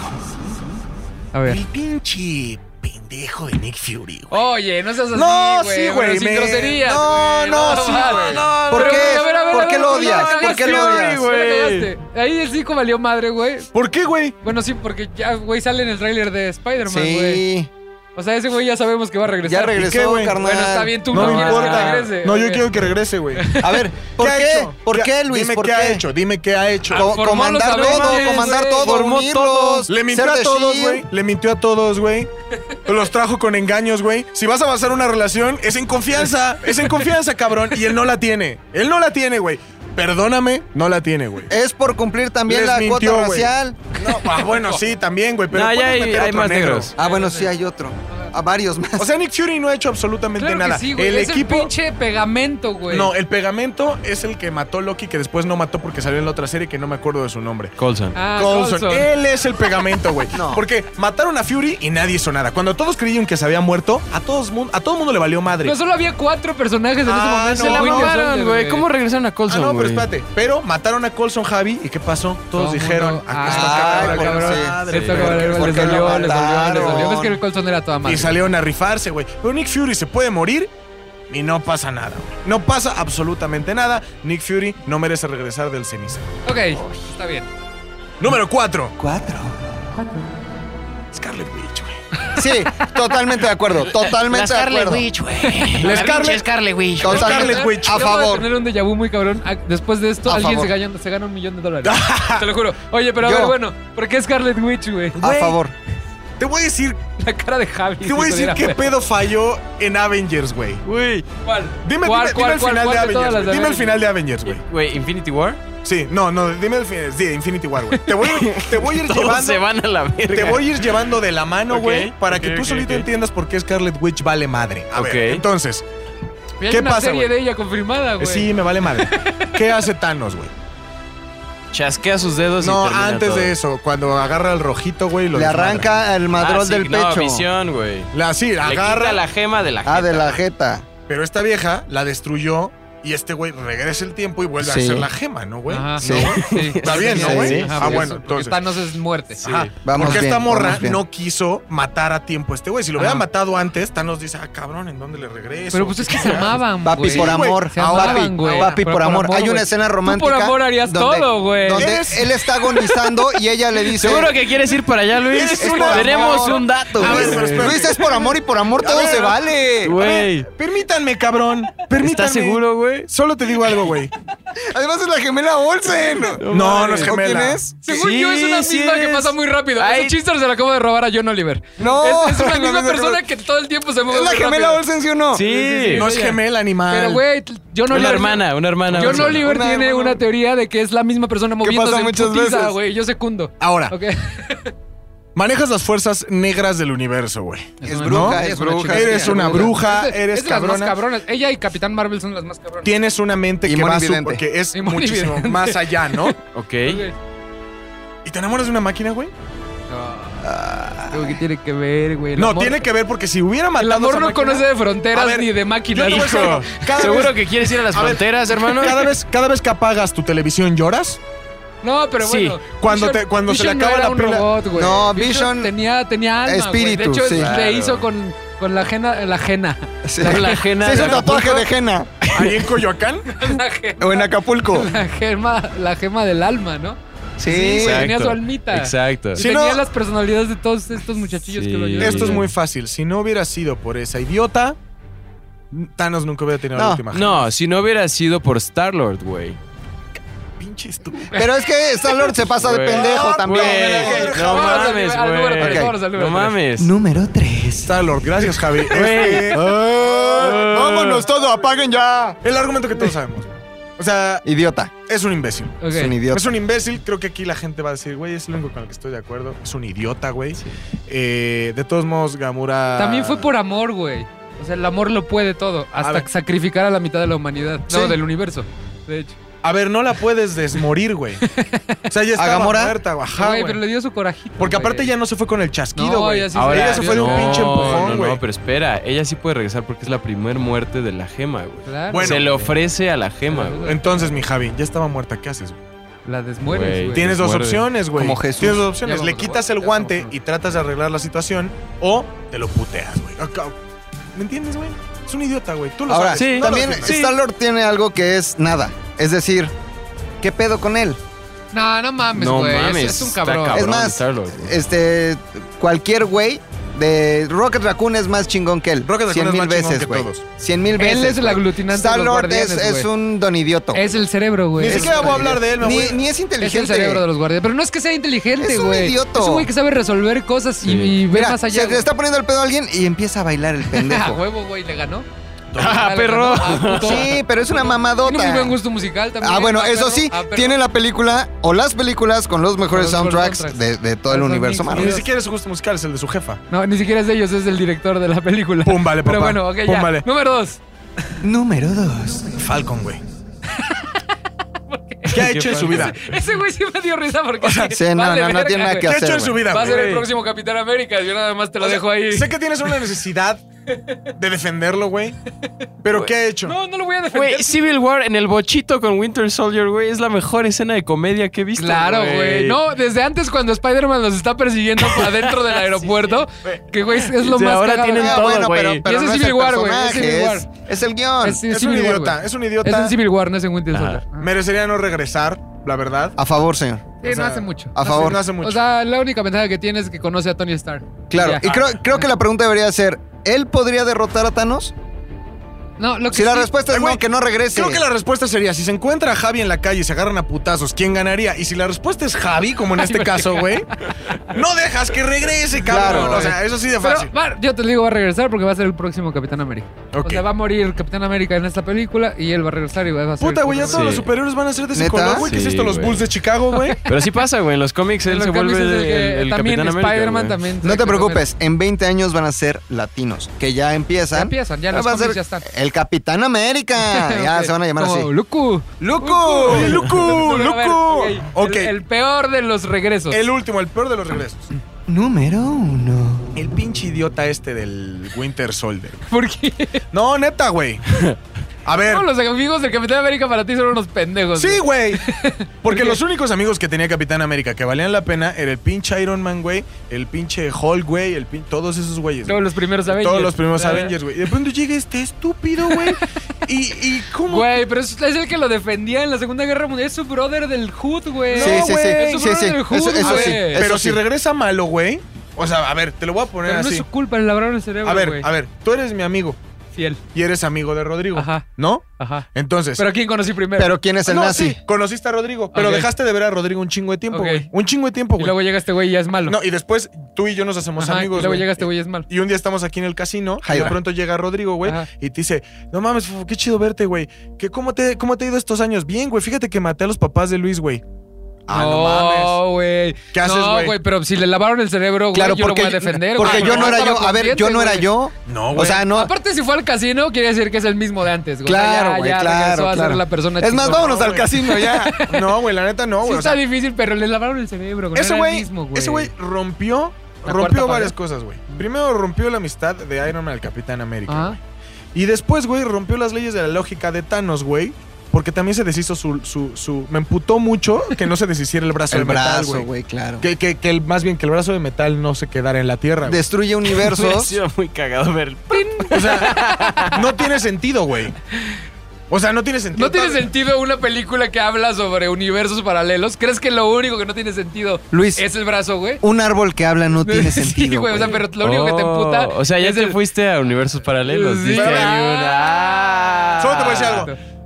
A ver.
pinche pendejo de Nick Fury,
Oye, no seas así,
No,
güey.
sí, güey,
bueno, sin
me-
groserías.
No,
güey,
no, sí,
va.
güey, no,
¿Por
Pero,
qué?
güey, a ver, a ver,
¿Por
a ver,
qué lo
tú la
odias? ¿Por
cagaste,
qué lo
güey,
odias?
tú la cagaste. Ahí el 5 valió madre, güey.
¿Por qué, güey?
Bueno, sí, porque ya, güey, sale en el tráiler de Spider-Man, güey.
Sí.
O sea, ese güey ya sabemos que va a regresar.
Ya
¿Qué,
regresó,
güey?
carnal.
Bueno, está bien, tú
No,
no,
me
quieres
importa.
que regrese.
no, yo
güey.
quiero que regrese, güey.
A ver, ¿por qué?
ha hecho?
¿Por qué, Luis?
Dime
¿Por
qué, Ah,
qué?
ha hecho, dime qué ha hecho.
Co-
formó
comandar
los
todo,
alemanes,
comandar
güey.
todo,
Formó
unirlos.
todos.
Le mintió
ser
a
de
todos,
Shield.
güey. Le mintió a todos, güey. Los trajo con engaños, güey. Si vas a basar una relación, es en confianza. Es en confianza, cabrón. Y él no la tiene. Él no la tiene, güey. Perdóname, no la tiene, güey.
Es por cumplir también
Les
la
mintió,
cuota
güey.
racial.
No, ah, bueno, sí, también, güey, pero
No, ya
puedes
hay-
meter
hay
otro
más
negro.
negros.
Ah, bueno, sí hay otro. A varios más.
O sea, Nick Fury no ha hecho absolutamente
Claro
nada.
que sí, güey.
el
es
equipo
el pinche pegamento, güey.
No, el pegamento es el que mató Loki que después no mató porque salió en la otra serie que no me acuerdo de su nombre.
Colson.
Ah,
eh, Coulson.
Coulson.
Él es el pegamento, güey.
No.
Porque mataron a Fury y nadie hizo nada. Cuando todos creyeron que se había muerto, a todos mun- a todo mundo le valió madre.
No, solo había cuatro personajes en
Ah,
ese momento.
no,
el
no,
Winter
mataron,
Soldier,
güey. ¿Cómo regresaron a
Ah,
Colson?
no, pero
güey?
espérate. Pero mataron a Colson Javi y ¿qué pasó? Todos
Todo
dijeron,
mundo-
"Acá
Ah,
está
Ay,
cabrón,
cabrón.
cabrón".
sí.
Madre,
Les tocó,
güey.
les dolió,
¿Por
les
qué lo
dolió, les dolió.
mataron?
Ves que el Colson era toda madre.
Y salieron a rifarse, güey. Pero Nick Fury se puede morir y no pasa nada, güey. No pasa absolutamente nada. Nick Fury no merece regresar del ceniza.
Ok, está bien.
Número 4.
Cuatro.
Scarlet Witch, güey.
Sí, totalmente de acuerdo. Totalmente de acuerdo.
güey.
La Scarlet- pinche
Scarlet Witch.
Totalmente
Scarlet Witch.
a
Yo voy
favor.
tener un déjà vu muy cabrón. Ah, Después de esto,
A
alguien se
favor.
gana, se gana un millón de dólares. Te lo juro. Oye, pero a
Yo.
ver, bueno, ¿por qué Scarlet Witch, güey?
A favor.
Te voy a decir,
La cara de Javi.
te voy a decir qué pedo falló en Avengers, güey.
Güey.
¿Cuál?
Dime, dime-
¿Cuál,
dime
cuál,
el
cuál,
final
cuál
de
todas
Avengers. güey.
las de
Dime el
Avengers?
final de Avengers, güey.
Güey, Infinity War.
Sí, no, no, dime el final. Sí, Infinity War, güey. Te voy, te voy a ir
Todos se
llevando.
van a la verga.
Te voy a ir llevando de la mano,
Ok,
güey, para que
ok,
tú
ok,
solito
ok.
entiendas por qué Scarlet Witch vale madre. A
Ok.
ver, entonces,
Ya hay
¿Qué
una
pasa,
serie
güey? Eh,
de ella confirmada, güey.
sí, me vale madre. ¿Qué hace Thanos, güey?
Chasquea sus dedos y
No,
termina
antes
todo.
de eso, cuando agarra al rojito, güey, lo
Le
desmadra.
arranca el
Ah,
madrón
sí,
del
no,
pecho.
visión, güey.
La, sí,
Le quita
agarra.
la gema de la
ah, de
jeta.
la jeta.
Pero esta vieja la destruyó y este güey regresa el tiempo y vuelve
Sí.
a hacer la gema, ¿no, güey?
Ajá.
Sí.
Sí.
Está bien, ¿no,
Sí,
güey?
sí.
Ajá,
Ah,
porque
bueno,
eso- porque
entonces.
Thanos es muerte.
Ajá.
Vamos
Porque
bien,
esta morra
vamos bien.
no quiso matar a tiempo a este güey. Si lo hubiera
Ajá.
matado antes, Thanos dice, ah, cabrón, ¿en dónde le regreso?
Pero pues es que se amaban, güey.
Papi por
güey.
amor.
Se
Ahora,
amaban, güey.
Papi
Pero
por amor. Hay una
güey.
escena
Tú
romántica.
por amor harías
donde-
todo, güey.
Donde
Es-
él está agonizando y ella le dice.
Seguro que quieres ir para allá, Luis.
Es una-
Tenemos un dato,
A ver,
güey.
pero espérate.
Luis, es por amor y por amor
A
todo
ver,
se vale.
A ver,
Güey.
Permítanme, cabrón. Permítanme.
¿Estás seguro, güey?
Solo te digo algo, güey.
Además Ah, es la gemela Olsen.
No, no, es
¿O
gemela.
quién es?
Según
Sí,
yo, es una
sí
misma que
es.
pasa muy rápido.
Ay.
Ese chiste se lo acabo de robar a John Oliver.
No,
Es, es una
Oh, no,
misma
no, no,
persona
no.
que todo el tiempo se mueve
¿Es la
muy
gemela
rápido.
Olsen, sí o no?
Sí.
No es
oye.
gemela, animal.
Pero, güey, John Oliver...
Una hermana, una hermana.
John
una hermana.
Oliver
Una
tiene
hermana.
una teoría de que es la misma persona moviéndose
pasa
en
muchas
putiza,
veces. Ah.
güey. Yo secundo.
Ahora,
Ok.
manejas las fuerzas negras del universo, güey.
Es
una-
bruja,
¿No?
es
Es una
bruja.
chica.
Eres una bruja,
Es de-
Ah, eres
es de las más
cabrona.
cabronas. Ella y Capitán Marvel son las más cabronas.
Tienes una mente
Y
que va a su...
monividente.
Porque es
Y
muchísimo
monividente.
más allá, ¿no?
Ok.
Ok.
¿Y te enamoras de una máquina, güey?
Creo que tiene que ver, güey. El
No,
amor-
tiene que ver porque si hubiera matado
El amor
esa
no
máquina-
conoce de fronteras
A ver,
ni de máquinas.
yo te voy a decir algo. Cada
¿Seguro
vez-
que quieres ir a las
A ver.
fronteras, hermano?
Cada vez, cada vez que apagas tu televisión lloras.
No, pero
Sí.
bueno.
Cuando te- cuando se le
Vision no
acaba
era
la
un
pila-
robot, güey.
No, Vision
tenía, tenía alma,
espíritu,
güey. De hecho,
sí.
le
Claro.
hizo con, con la ajena. La ajena.
Sí.
La ajena
Se hizo
de
un tatuaje de Jena.
Ahí en Coyoacán.
La ajena.
O en Acapulco.
La gema, la gema del alma, ¿no?
Sí.
güey.
Exacto.
tenía su almita.
Exacto.
Y
Si
tenía
no-
las personalidades de todos estos muchachillos
Sí.
que lo ayudaron.
Esto es
Sí.
muy fácil. Si no hubiera sido por esa idiota, Thanos nunca hubiera tenido la
No.
última.
No, si no hubiera sido por Star-Lord, güey.
pinche estúpido.
Pero es que Star-Lord se pasa de
Pues,
Güey.
pendejo también.
Güey, No
Vámonos al
mames,
nivel- al número
tres,
güey.
vámonos al
No
número
mames.
Número 3.
Star-Lord, gracias, Javi. Este-
Ah, Vámonos todo, apaguen ya.
el argumento que todos sabemos. O sea,
Idiota.
es un imbécil.
Ok.
Es un idiota.
Es un imbécil. Creo que aquí la gente va a decir, güey, es lo único con lo que estoy de acuerdo. Es un idiota, güey. Eh, de todos modos, Gamura.
También
Ah.
fue por amor, güey. O sea, el amor lo puede todo.
A
Hasta
ver.
sacrificar a la mitad de la humanidad.
Sí.
No, del universo. De hecho.
A ver, no la puedes desmorir, güey. O sea, ya estaba
Gamora?
muerta, güey. Ajá,
Güey,
güey.
pero le dio su corajito.
Porque
güey.
aparte ya no se fue con el chasquido,
No,
güey.
ya sí
Ahora
se
ella se fue de un
No,
pinche empujón,
No,
güey.
no, pero espera. Ella sí puede regresar porque es la primer muerte de la gema, güey.
Claro.
Bueno.
Se le ofrece a la gema, güey.
Entonces, mi Javi, ya estaba muerta, ¿qué haces? güey?
La desmueres,
Güey.
güey.
Tienes dos
muerde.
opciones, güey.
Como Jesús.
Tienes dos opciones.
Ya
Le
vamos,
quitas
ya
el
vamos,
guante
vamos.
y tratas de arreglar la situación o te lo puteas, güey. Acá- ¿Me entiendes, güey? Es un idiota, güey. Tú lo
Ahora,
sabes.
sí,
No lo
también
entiendes.
Star-Lord tiene algo que es nada. Es decir, ¿qué pedo con él?
No, no mames,
No
güey. Es-
mames,
Es, un
está
cabrón.
cabrón.
Es más,
Star-Lord.
Este, cualquier güey de Rocket Raccoon es más chingón que él.
Rocket Raccoon
Cien
es
mil
más chingón
veces,
que
güey.
todos.
Cien mil veces.
Él es el
güey.
aglutinante de los
Star-Lord es,
guardianes,
es
güey.
un don idioto.
Es el cerebro, güey.
Ni
Es-
siquiera voy a hablar de él, me
ni,
voy-
ni es
Es el
inteligente.
cerebro de los guardianes. Pero no es que sea inteligente,
Es un
güey.
idioto.
Es un güey que sabe resolver cosas
Sí.
y, y ve
Mira,
más allá.
se le
güey.
está poniendo el pedo a alguien y empieza a bailar el
A
pendejo.
huevo, güey, le ganó. puto.
Ah, perro.
Ah, puto.
Sí, pero es una
Tiene muy
mamadota.
buen gusto musical también.
Ah, bueno,
Ah,
eso
perro.
sí,
Ah, perro.
tiene la película o las películas con los mejores
Con los mejores
soundtracks de,
soundtracks.
de todo el
Los
universo
Rolling
Y
Marvel.
ni siquiera es su gusto musical, es el de su jefa.
No, ni siquiera es de ellos, es del director de la película.
Pum, vale,
Pero
papá.
bueno, ok, ya.
Pum, vale.
Número dos.
Número 2.
Falcon, güey. ¿Qué ha hecho en su vida?
Ese güey sí me dio risa porque.
Sí, no,
vale,
no, no
verga,
tiene nada
güey.
que
¿Qué ha hecho
hacer.
en su
güey.
vida,
Va a ser el
güey?
próximo Capitán América. Yo nada más te lo
O sea,
dejo ahí.
Sé que tienes una necesidad de defenderlo, güey. Pero ¿qué ha hecho?
No, no lo voy a defender.
Güey, Civil War en el bochito con Winter Soldier, güey, es la mejor escena de comedia que he visto.
Claro, güey. No, desde antes cuando Spider-Man los está persiguiendo adentro del aeropuerto, que güey es, es lo
Sí,
más
ahora
cagado.
tienen
Ah,
todo,
bueno,
güey.
pero,
Y
pero
ese
no
es
es
Civil
el
War, güey, ese es
personaje,
Civil
es-
War.
es el guión.
Es,
Es un
Civil War,
idiota,
güey.
es un idiota.
Es en Civil War, no es en Winter
Ajá.
Soldier. Ajá.
Merecería no regresar, la verdad.
A favor, señor.
Sí,
O
no
sea,
hace mucho.
A
No
favor.
hace- no hace mucho.
O sea, la única ventaja que tiene es que conoce a Tony Stark.
Claro.
Ya.
Y creo, creo que la pregunta debería ser: ¿él podría derrotar a Thanos?
No, lo que
Si la
sí-
respuesta es
Ay, güey,
no, que no regrese.
Creo que la respuesta sería, si se encuentra a Javi en la calle y se agarran a putazos, ¿quién ganaría? Y si la respuesta es Javi, como en este caso, güey, no dejas que regrese, cabrón.
Claro,
o sea, eso sí de
Pero,
fácil.
va- yo te digo, va a regresar porque va a ser el próximo Capitán América. O
Ok.
sea, va a morir Capitán América en esta película y él va a regresar y va a ser.
Puta, güey, ya
el
todos
Sí.
los superhéroes van a ser de ese
¿Neta?
color, güey. ¿Qué
Sí,
es esto, los
güey.
Bulls de Chicago, güey?
Pero sí pasa, güey. En los cómics él
Capitán
se
América.
vuelve
Los cómics es el que
el, el
también
Capitán América.
Spider-Man
güey.
también.
No te preocupes, en 20 años van a ser latinos, que ya empiezan.
Ya empiezan, ya los
Va a ser
cómics ya están.
El Capitán América. Ah, ya se van a llamar así.
Como Luku.
¡Luco!
Oye, Luco!
A ver,
¡Luco!
ok,
Ok,
El, el peor de los regresos.
el último, el peor de los regresos.
Número uno.
El pinche idiota este del Winter Soldier.
¿Por qué?
No, neta, güey. A ver.
No, los amigos del Capitán América para ti son unos pendejos.
Sí, güey. Porque
qué?
los únicos amigos que tenía Capitán América que valían la pena era el pinche Iron Man, güey, el pinche Hulk, güey, el pin- todos esos güeyes.
Todos
güey.
los primeros Avengers.
Todos los primeros
Ah,
Avengers, güey. Y De pronto llega este estúpido, güey. y, y cómo.
Güey, pero es, es el que lo defendía en la Segunda Guerra Mundial. Es su brother del Hood, güey.
No,
sí, sí, sí,
güey,
su
sí,
brother
sí.
del Hood,
Eso, eso
A
güey.
sí.
Pero
eso
Pero
sí.
si regresa malo, güey. O sea, a ver, te lo voy a poner
Pero no es
así.
su culpa, le labraron el cerebro,
a ver,
güey.
a ver, tú eres mi amigo
Fiel.
y eres amigo de Rodrigo.
Ajá.
¿no?
Ajá.
Entonces. ah,
Pero ¿a quién conocí primero?
Pero ¿quién es el
No,
nazi?
sí, conociste a Rodrigo, pero
Ok.
dejaste de ver a Rodrigo un chingo de tiempo,
Ok.
güey. Un chingo de tiempo,
y
güey.
luego llega este güey y ya es malo.
No, y después tú y yo nos hacemos
Ajá,
amigos.
y luego
güey.
llega este güey y es malo.
Y un día estamos aquí en el casino y
Jairo.
de pronto llega Rodrigo, güey,
Ajá.
y te dice, no mames, Fofo, qué chido verte, güey. ¿Qué- ¿Cómo te, ¿Cómo te ha ido estos años? Bien, güey, fíjate que maté a los papás de Luis, güey. Ah, no, mames.
No, güey.
¿Qué haces,
No,
güey?
güey, pero si le lavaron el cerebro, güey,
Claro,
Pues yo lo
porque,
voy a defender,
porque
güey.
yo
Ah,
no era
estaba
yo. A ver, yo
consciente,
no era
güey.
yo.
No, güey.
O sea, no.
Aparte, si fue al casino, quiere decir que es el mismo de antes, güey.
Claro,
Ya-
güey,
ya
claro,
regresó a
claro.
ser la persona
Es más,
chingona.
vámonos
No,
al
güey.
casino ya.
No, güey, la neta no,
Sí
güey. o
está
sea,
difícil, pero le lavaron el cerebro, güey. no
ese
era el
güey,
mismo,
ese güey rompió, rompió
La cuarta
varias
pared.
cosas, güey. Primero rompió la amistad de Iron Man al Capitán América.
Ajá.
güey. Y después, güey, rompió las leyes de la lógica de Thanos, güey. Porque también se deshizo su, su, su- Me emputó mucho que no se deshiciera el brazo
El
de metal,
brazo,
güey.
güey, claro.
Que, que, que el- más bien que el brazo de metal no se quedara en la tierra. güey.
Destruye
Hubiera
universos.
sido muy cagado ver.
O sea, no tiene sentido, güey. O sea, no tiene sentido.
¿No tiene sentido una película que habla sobre universos paralelos? ¿Crees que lo único que no tiene sentido
Luis,
es el brazo, güey?
un árbol que habla no tiene
Sí,
sentido.
güey, o sea,
güey.
pero lo único que te emputa
Oh, O sea, ya
es
te
el-
fuiste a universos paralelos.
Sí.
diste ahí una-
Solo te voy a
Ah,
decir algo.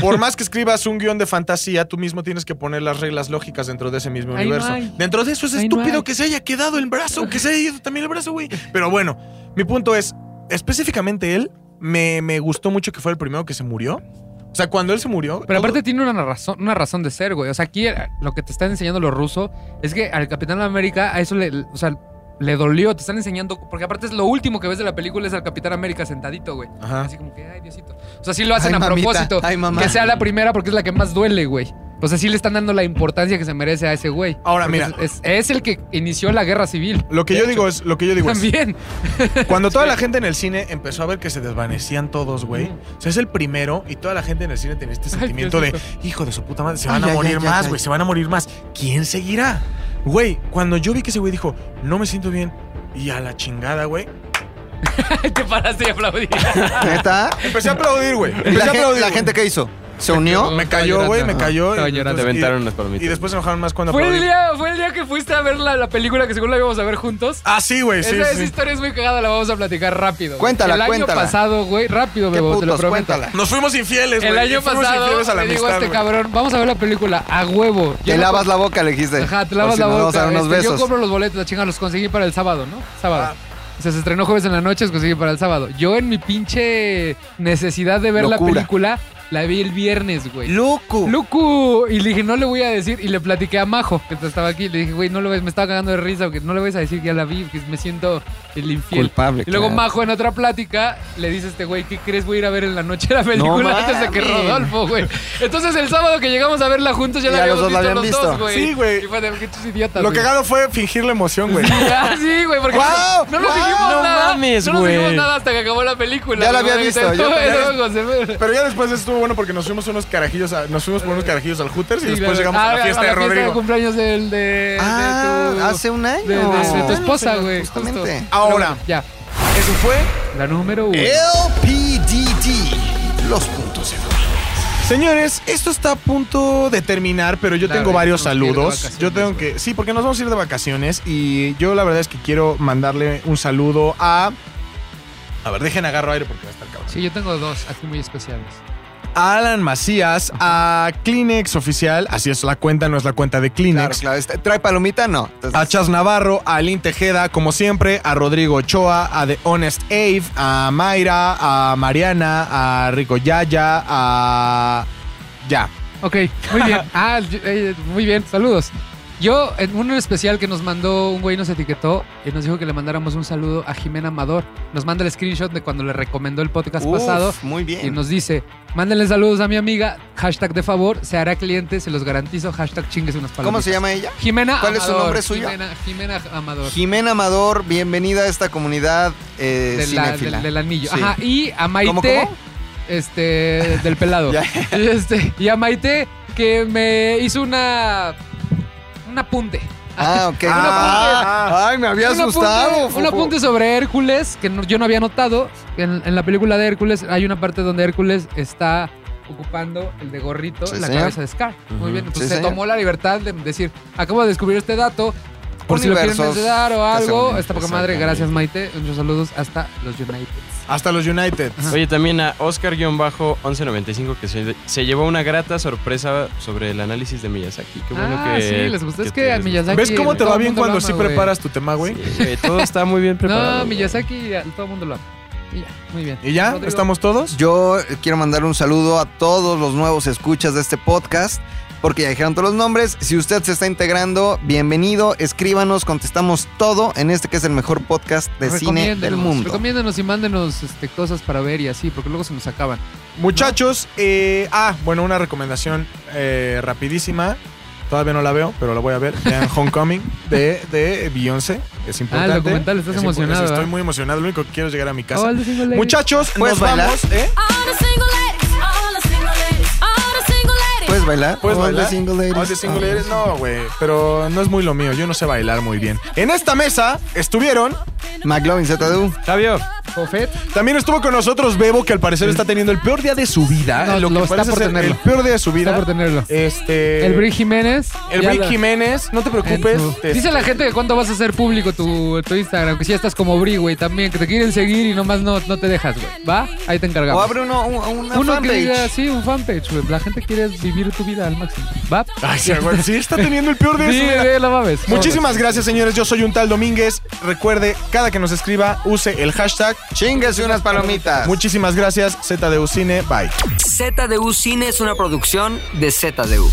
Por más que escribas un guión de fantasía, tú mismo tienes que poner las reglas lógicas dentro de ese mismo
Ahí no
universo.
hay.
Dentro de eso es
Ahí no
estúpido
hay.
que se haya quedado el brazo, que se haya ido también el brazo, güey. Pero bueno, mi punto es, específicamente él, me, me gustó mucho que fue el primero que se murió. O sea, cuando él se murió... todo-
Pero aparte tiene una razón, una razón de ser, güey. O sea, aquí eh, lo que te están enseñando los rusos es que al Capitán América a eso le, o sea, le dolió. Te están enseñando, porque aparte es lo último que ves de la película es al Capitán América sentadito, güey.
Ajá.
Así como que, ay, Diosito. O sea, sí lo hacen
Ay,
a
mamita.
propósito.
Ay, mamá.
Que sea la primera porque es la que más duele, güey. O sea, sí le están dando la importancia que se merece a ese güey.
Ahora,
Porque
mira.
Es, es- es el que inició la guerra civil.
Lo que
De
yo
hecho,
digo es, lo que yo digo es,
También.
Cuando toda la gente en el cine empezó a ver que se desvanecían todos, güey. O sea, es el primero y toda la gente en el cine tenía este sentimiento de, hijo de su puta madre, se van
Ay,
a
ay,
morir
ay,
más,
ay.
güey, se van a morir más. ¿Quién seguirá? Güey, cuando yo vi que ese güey dijo, no me siento bien y a la chingada, güey.
te paraste y aplaudí.
¿Neta?
Empecé a aplaudir, güey.
¿Y
Empecé
la,
a
gen-
aplaudir.
la
güey.
gente que hizo? ¿Se unió?
me cayó, güey, me
Ajá.
cayó.
Estaba
y
llorando.
Te
entonces-
aventaron
y-
unas palomitas.
Y después se enojaron más cuando
Fue el,
aplaudí.
día, fue el día que fuiste a ver la, la película que según la íbamos a ver juntos.
Ah, sí, güey, sí,
esa, esa
sí.
historia es muy cagada, la vamos a platicar rápido. güey.
Cuéntala,
El año
cuéntala.
pasado, güey, rápido,
¿Qué
bebo, te lo
putos?
prometo.
Cuéntala.
Nos fuimos infieles, güey.
El año
fuimos
pasado
infieles a la
le digo a
amistad,
este
güey.
cabrón, vamos a ver la película a huevo. Yo
Te
no
lavas
compro-
la boca, le dijiste.
Ajá, te
Por
lavas
si
la
nos
boca.
Vamos a dar unos
este, Yo
besos. Ah.
compro los boletos, la chinga, los conseguí para el sábado, ¿no? Sábado. O sea, se estrenó jueves en la noche, se consigue para el sábado. Yo en mi pinche necesidad de ver la
Locura.
película, la vi el viernes, güey.
Luku.
Luku. Y le dije, no le voy a decir. Y le platiqué a Majo, que estaba aquí. Le dije, güey, no lo ves, me estaba cagando de risa, porque no le vais a decir que ya la vi, que me siento el infiel.
Culpable,
Y luego
claro.
Majo en otra plática le dice a este güey, ¿qué crees? Voy a ir a ver en la noche la película
No
antes de que
mames.
Rodolfo, güey. Entonces el sábado que llegamos a verla juntos ya la
Ya los
habíamos
dos la
visto
habían
los dos,
visto.
güey.
Sí, güey.
Y fue de, ¿qué tus idiotas,
Lo
güey?"
cagado fue fingir la emoción, güey.
Ah, sí, güey, porque
¡Guau!
no nos
¡Guau!
dijimos
No
nada.
mames,
no nos dijimos
güey.
nada hasta que acabó la película.
Ya la
güey.
había visto, yo
Entonces,
también.
eso, José.
Pero ya después estuvo bueno porque nos fuimos unos carajillos, a- nos fuimos por unos carajillos al Hooters y
Sí,
después
claro.
llegamos
Ah,
a la fiesta de
de
Rodrigo.
cumpleaños del de,
Ah,
de tu-
hace un año.
de, de- de tu esposa,
Justamente.
güey.
Justamente. Eh.
justo.
Ahora,
Ya,
eso fue.
la número uno.
LPDD. Los puntos en
Señores, esto está a punto de terminar, pero yo
La
tengo
verdad,
varios
nos quiere de
saludos.
vacaciones,
Yo tengo que. Sí, porque nos vamos a ir de vacaciones y yo la verdad es que quiero mandarle un saludo a. A ver, dejen agarro aire porque va a estar cabrón.
Sí, yo tengo dos aquí muy especiales.
A Alan Macías, a Kleenex Oficial, así es la cuenta, no es la cuenta de
Claro,
Kleenex.
claro. este- ¿Trae palomita? No. Entonces,
A Chas Navarro, a Alin Tejeda, como siempre, a Rodrigo Ochoa, a The Honest Ave, a Mayra, a Mariana, a Rico Yaya, a. Ya.
Ok, muy bien. Ah, yo- eh, muy bien, saludos. Yo, en uno en especial que nos mandó un güey, nos etiquetó y nos dijo que le mandáramos un saludo a Jimena Amador. Nos manda el screenshot de cuando le recomendó el podcast
Uf,
pasado
Muy
y
bien.
nos dice, mándenle saludos a mi amiga, hashtag de favor, se hará cliente, se los garantizo, hashtag chingues unas palabras.
¿Cómo se llama ella?
Jimena
¿Cuál es su
Amador,
nombre suyo?
Jimena, Jimena Amador.
Jimena Amador, bienvenida a esta comunidad eh,
del, la-
cinéfila.
del- del anillo.
Sí.
Ajá, y a Maite.
¿Cómo, cómo?
Este, del pelado.
Ya.
Y este, y a Maite que me hizo una. Un apunte.
Ah, ok.
Ah,
Ah, ay, me había
Un apunte-
asustado.
un
Fufu.
apunte sobre Hércules que no- yo no había notado. En, en la película de Hércules hay una parte donde Hércules está ocupando el de gorrito
Sí,
la
señor.
cabeza de Scar. Muy bien, entonces
Sí,
se
señor.
tomó la libertad de decir, acabo de descubrir este dato. Por si lo quieren
Universos
mencionar o
que se
algo,
unen.
está poca madre.
Exactamente.
Gracias, Maite. Muchos saludos hasta los United.
Hasta los United.
Oye, también a Oscar-1195 que se, se llevó una grata sorpresa sobre el análisis de Miyazaki. Qué bueno
ah,
que.
sí, les gustó. Es
te
que a
les
Miyazaki.
¿Ves cómo te
todo
va
el
bien
mundo
cuando
lo
sí
ama, güey.
preparas tu tema, güey?
Sí, güey, todo está muy bien preparado.
No,
güey.
Miyazaki, a- todo el mundo lo ama. Y ya, muy bien.
¿Y ya?
Rodrigo.
¿Estamos todos?
Yo quiero mandar un saludo a todos los nuevos escuchas de este podcast, porque ya dijeron todos los nombres. Si usted se está integrando, bienvenido, escríbanos, contestamos todo en este que es el mejor podcast de cine
Recomiéndenos,
del mundo.
Recomiéndenos y mándenos este, cosas para ver y así, porque luego se nos acaban.
Muchachos, eh, ah, bueno, una recomendación eh, rapidísima. Todavía no la veo, pero la voy a ver. Vean Homecoming de, de Beyoncé. Es importante.
Ah, documental, estás
Es impo-
emocionado,
Estoy
¿verdad?
muy emocionado. Lo único que quiero es llegar a mi casa.
Oh, el de Single Ladies.
Muchachos,
¿Puedes
nos
bailar?
vamos. ¿eh?
¿Puedes bailar?
¿Puedes
All the
bailar?
single ladies. Ah.
All the single ladies. No, güey. Pero no es muy lo mío. Yo no sé bailar muy bien. En esta mesa estuvieron.
McLovin ZDU.
Javier,
Fofet.
También estuvo con nosotros Bebo, que al parecer está teniendo el peor día de su vida.
No,
que
lo está
parece
por
ser
tenerlo.
El peor día de su vida.
Está por tenerlo.
Este.
el
Eh,
Brick Jiménez. Eh,
El
ya
Brick
la-
Jiménez, no te
en
preocupes.
tu-
este-
te-
Dice la gente que cuánto vas a hacer público tu, tu Instagram, que si ya estás como Bri, güey, también, que te quieren seguir y nomás no, no te dejas, güey. ¿Va? Ahí te
O
encargamos.
abre uno, un- una
Uno que diga,
fanpage.
sí, un fanpage, güey. La gente quiere vivir tu vida al máximo. ¿Va?
Ay, sí, güey, sí, está teniendo el peor día de
Sí, eh.
su vida.
güey, la mames.
Muchísimas gracias, señores. Yo soy un tal Domínguez. Recuerde, cada que nos escriba, use el hashtag.
Chingues unas palomitas.
Muchísimas gracias, ZDU Cine. Bye.
ZDU Cine es una producción de ZDU.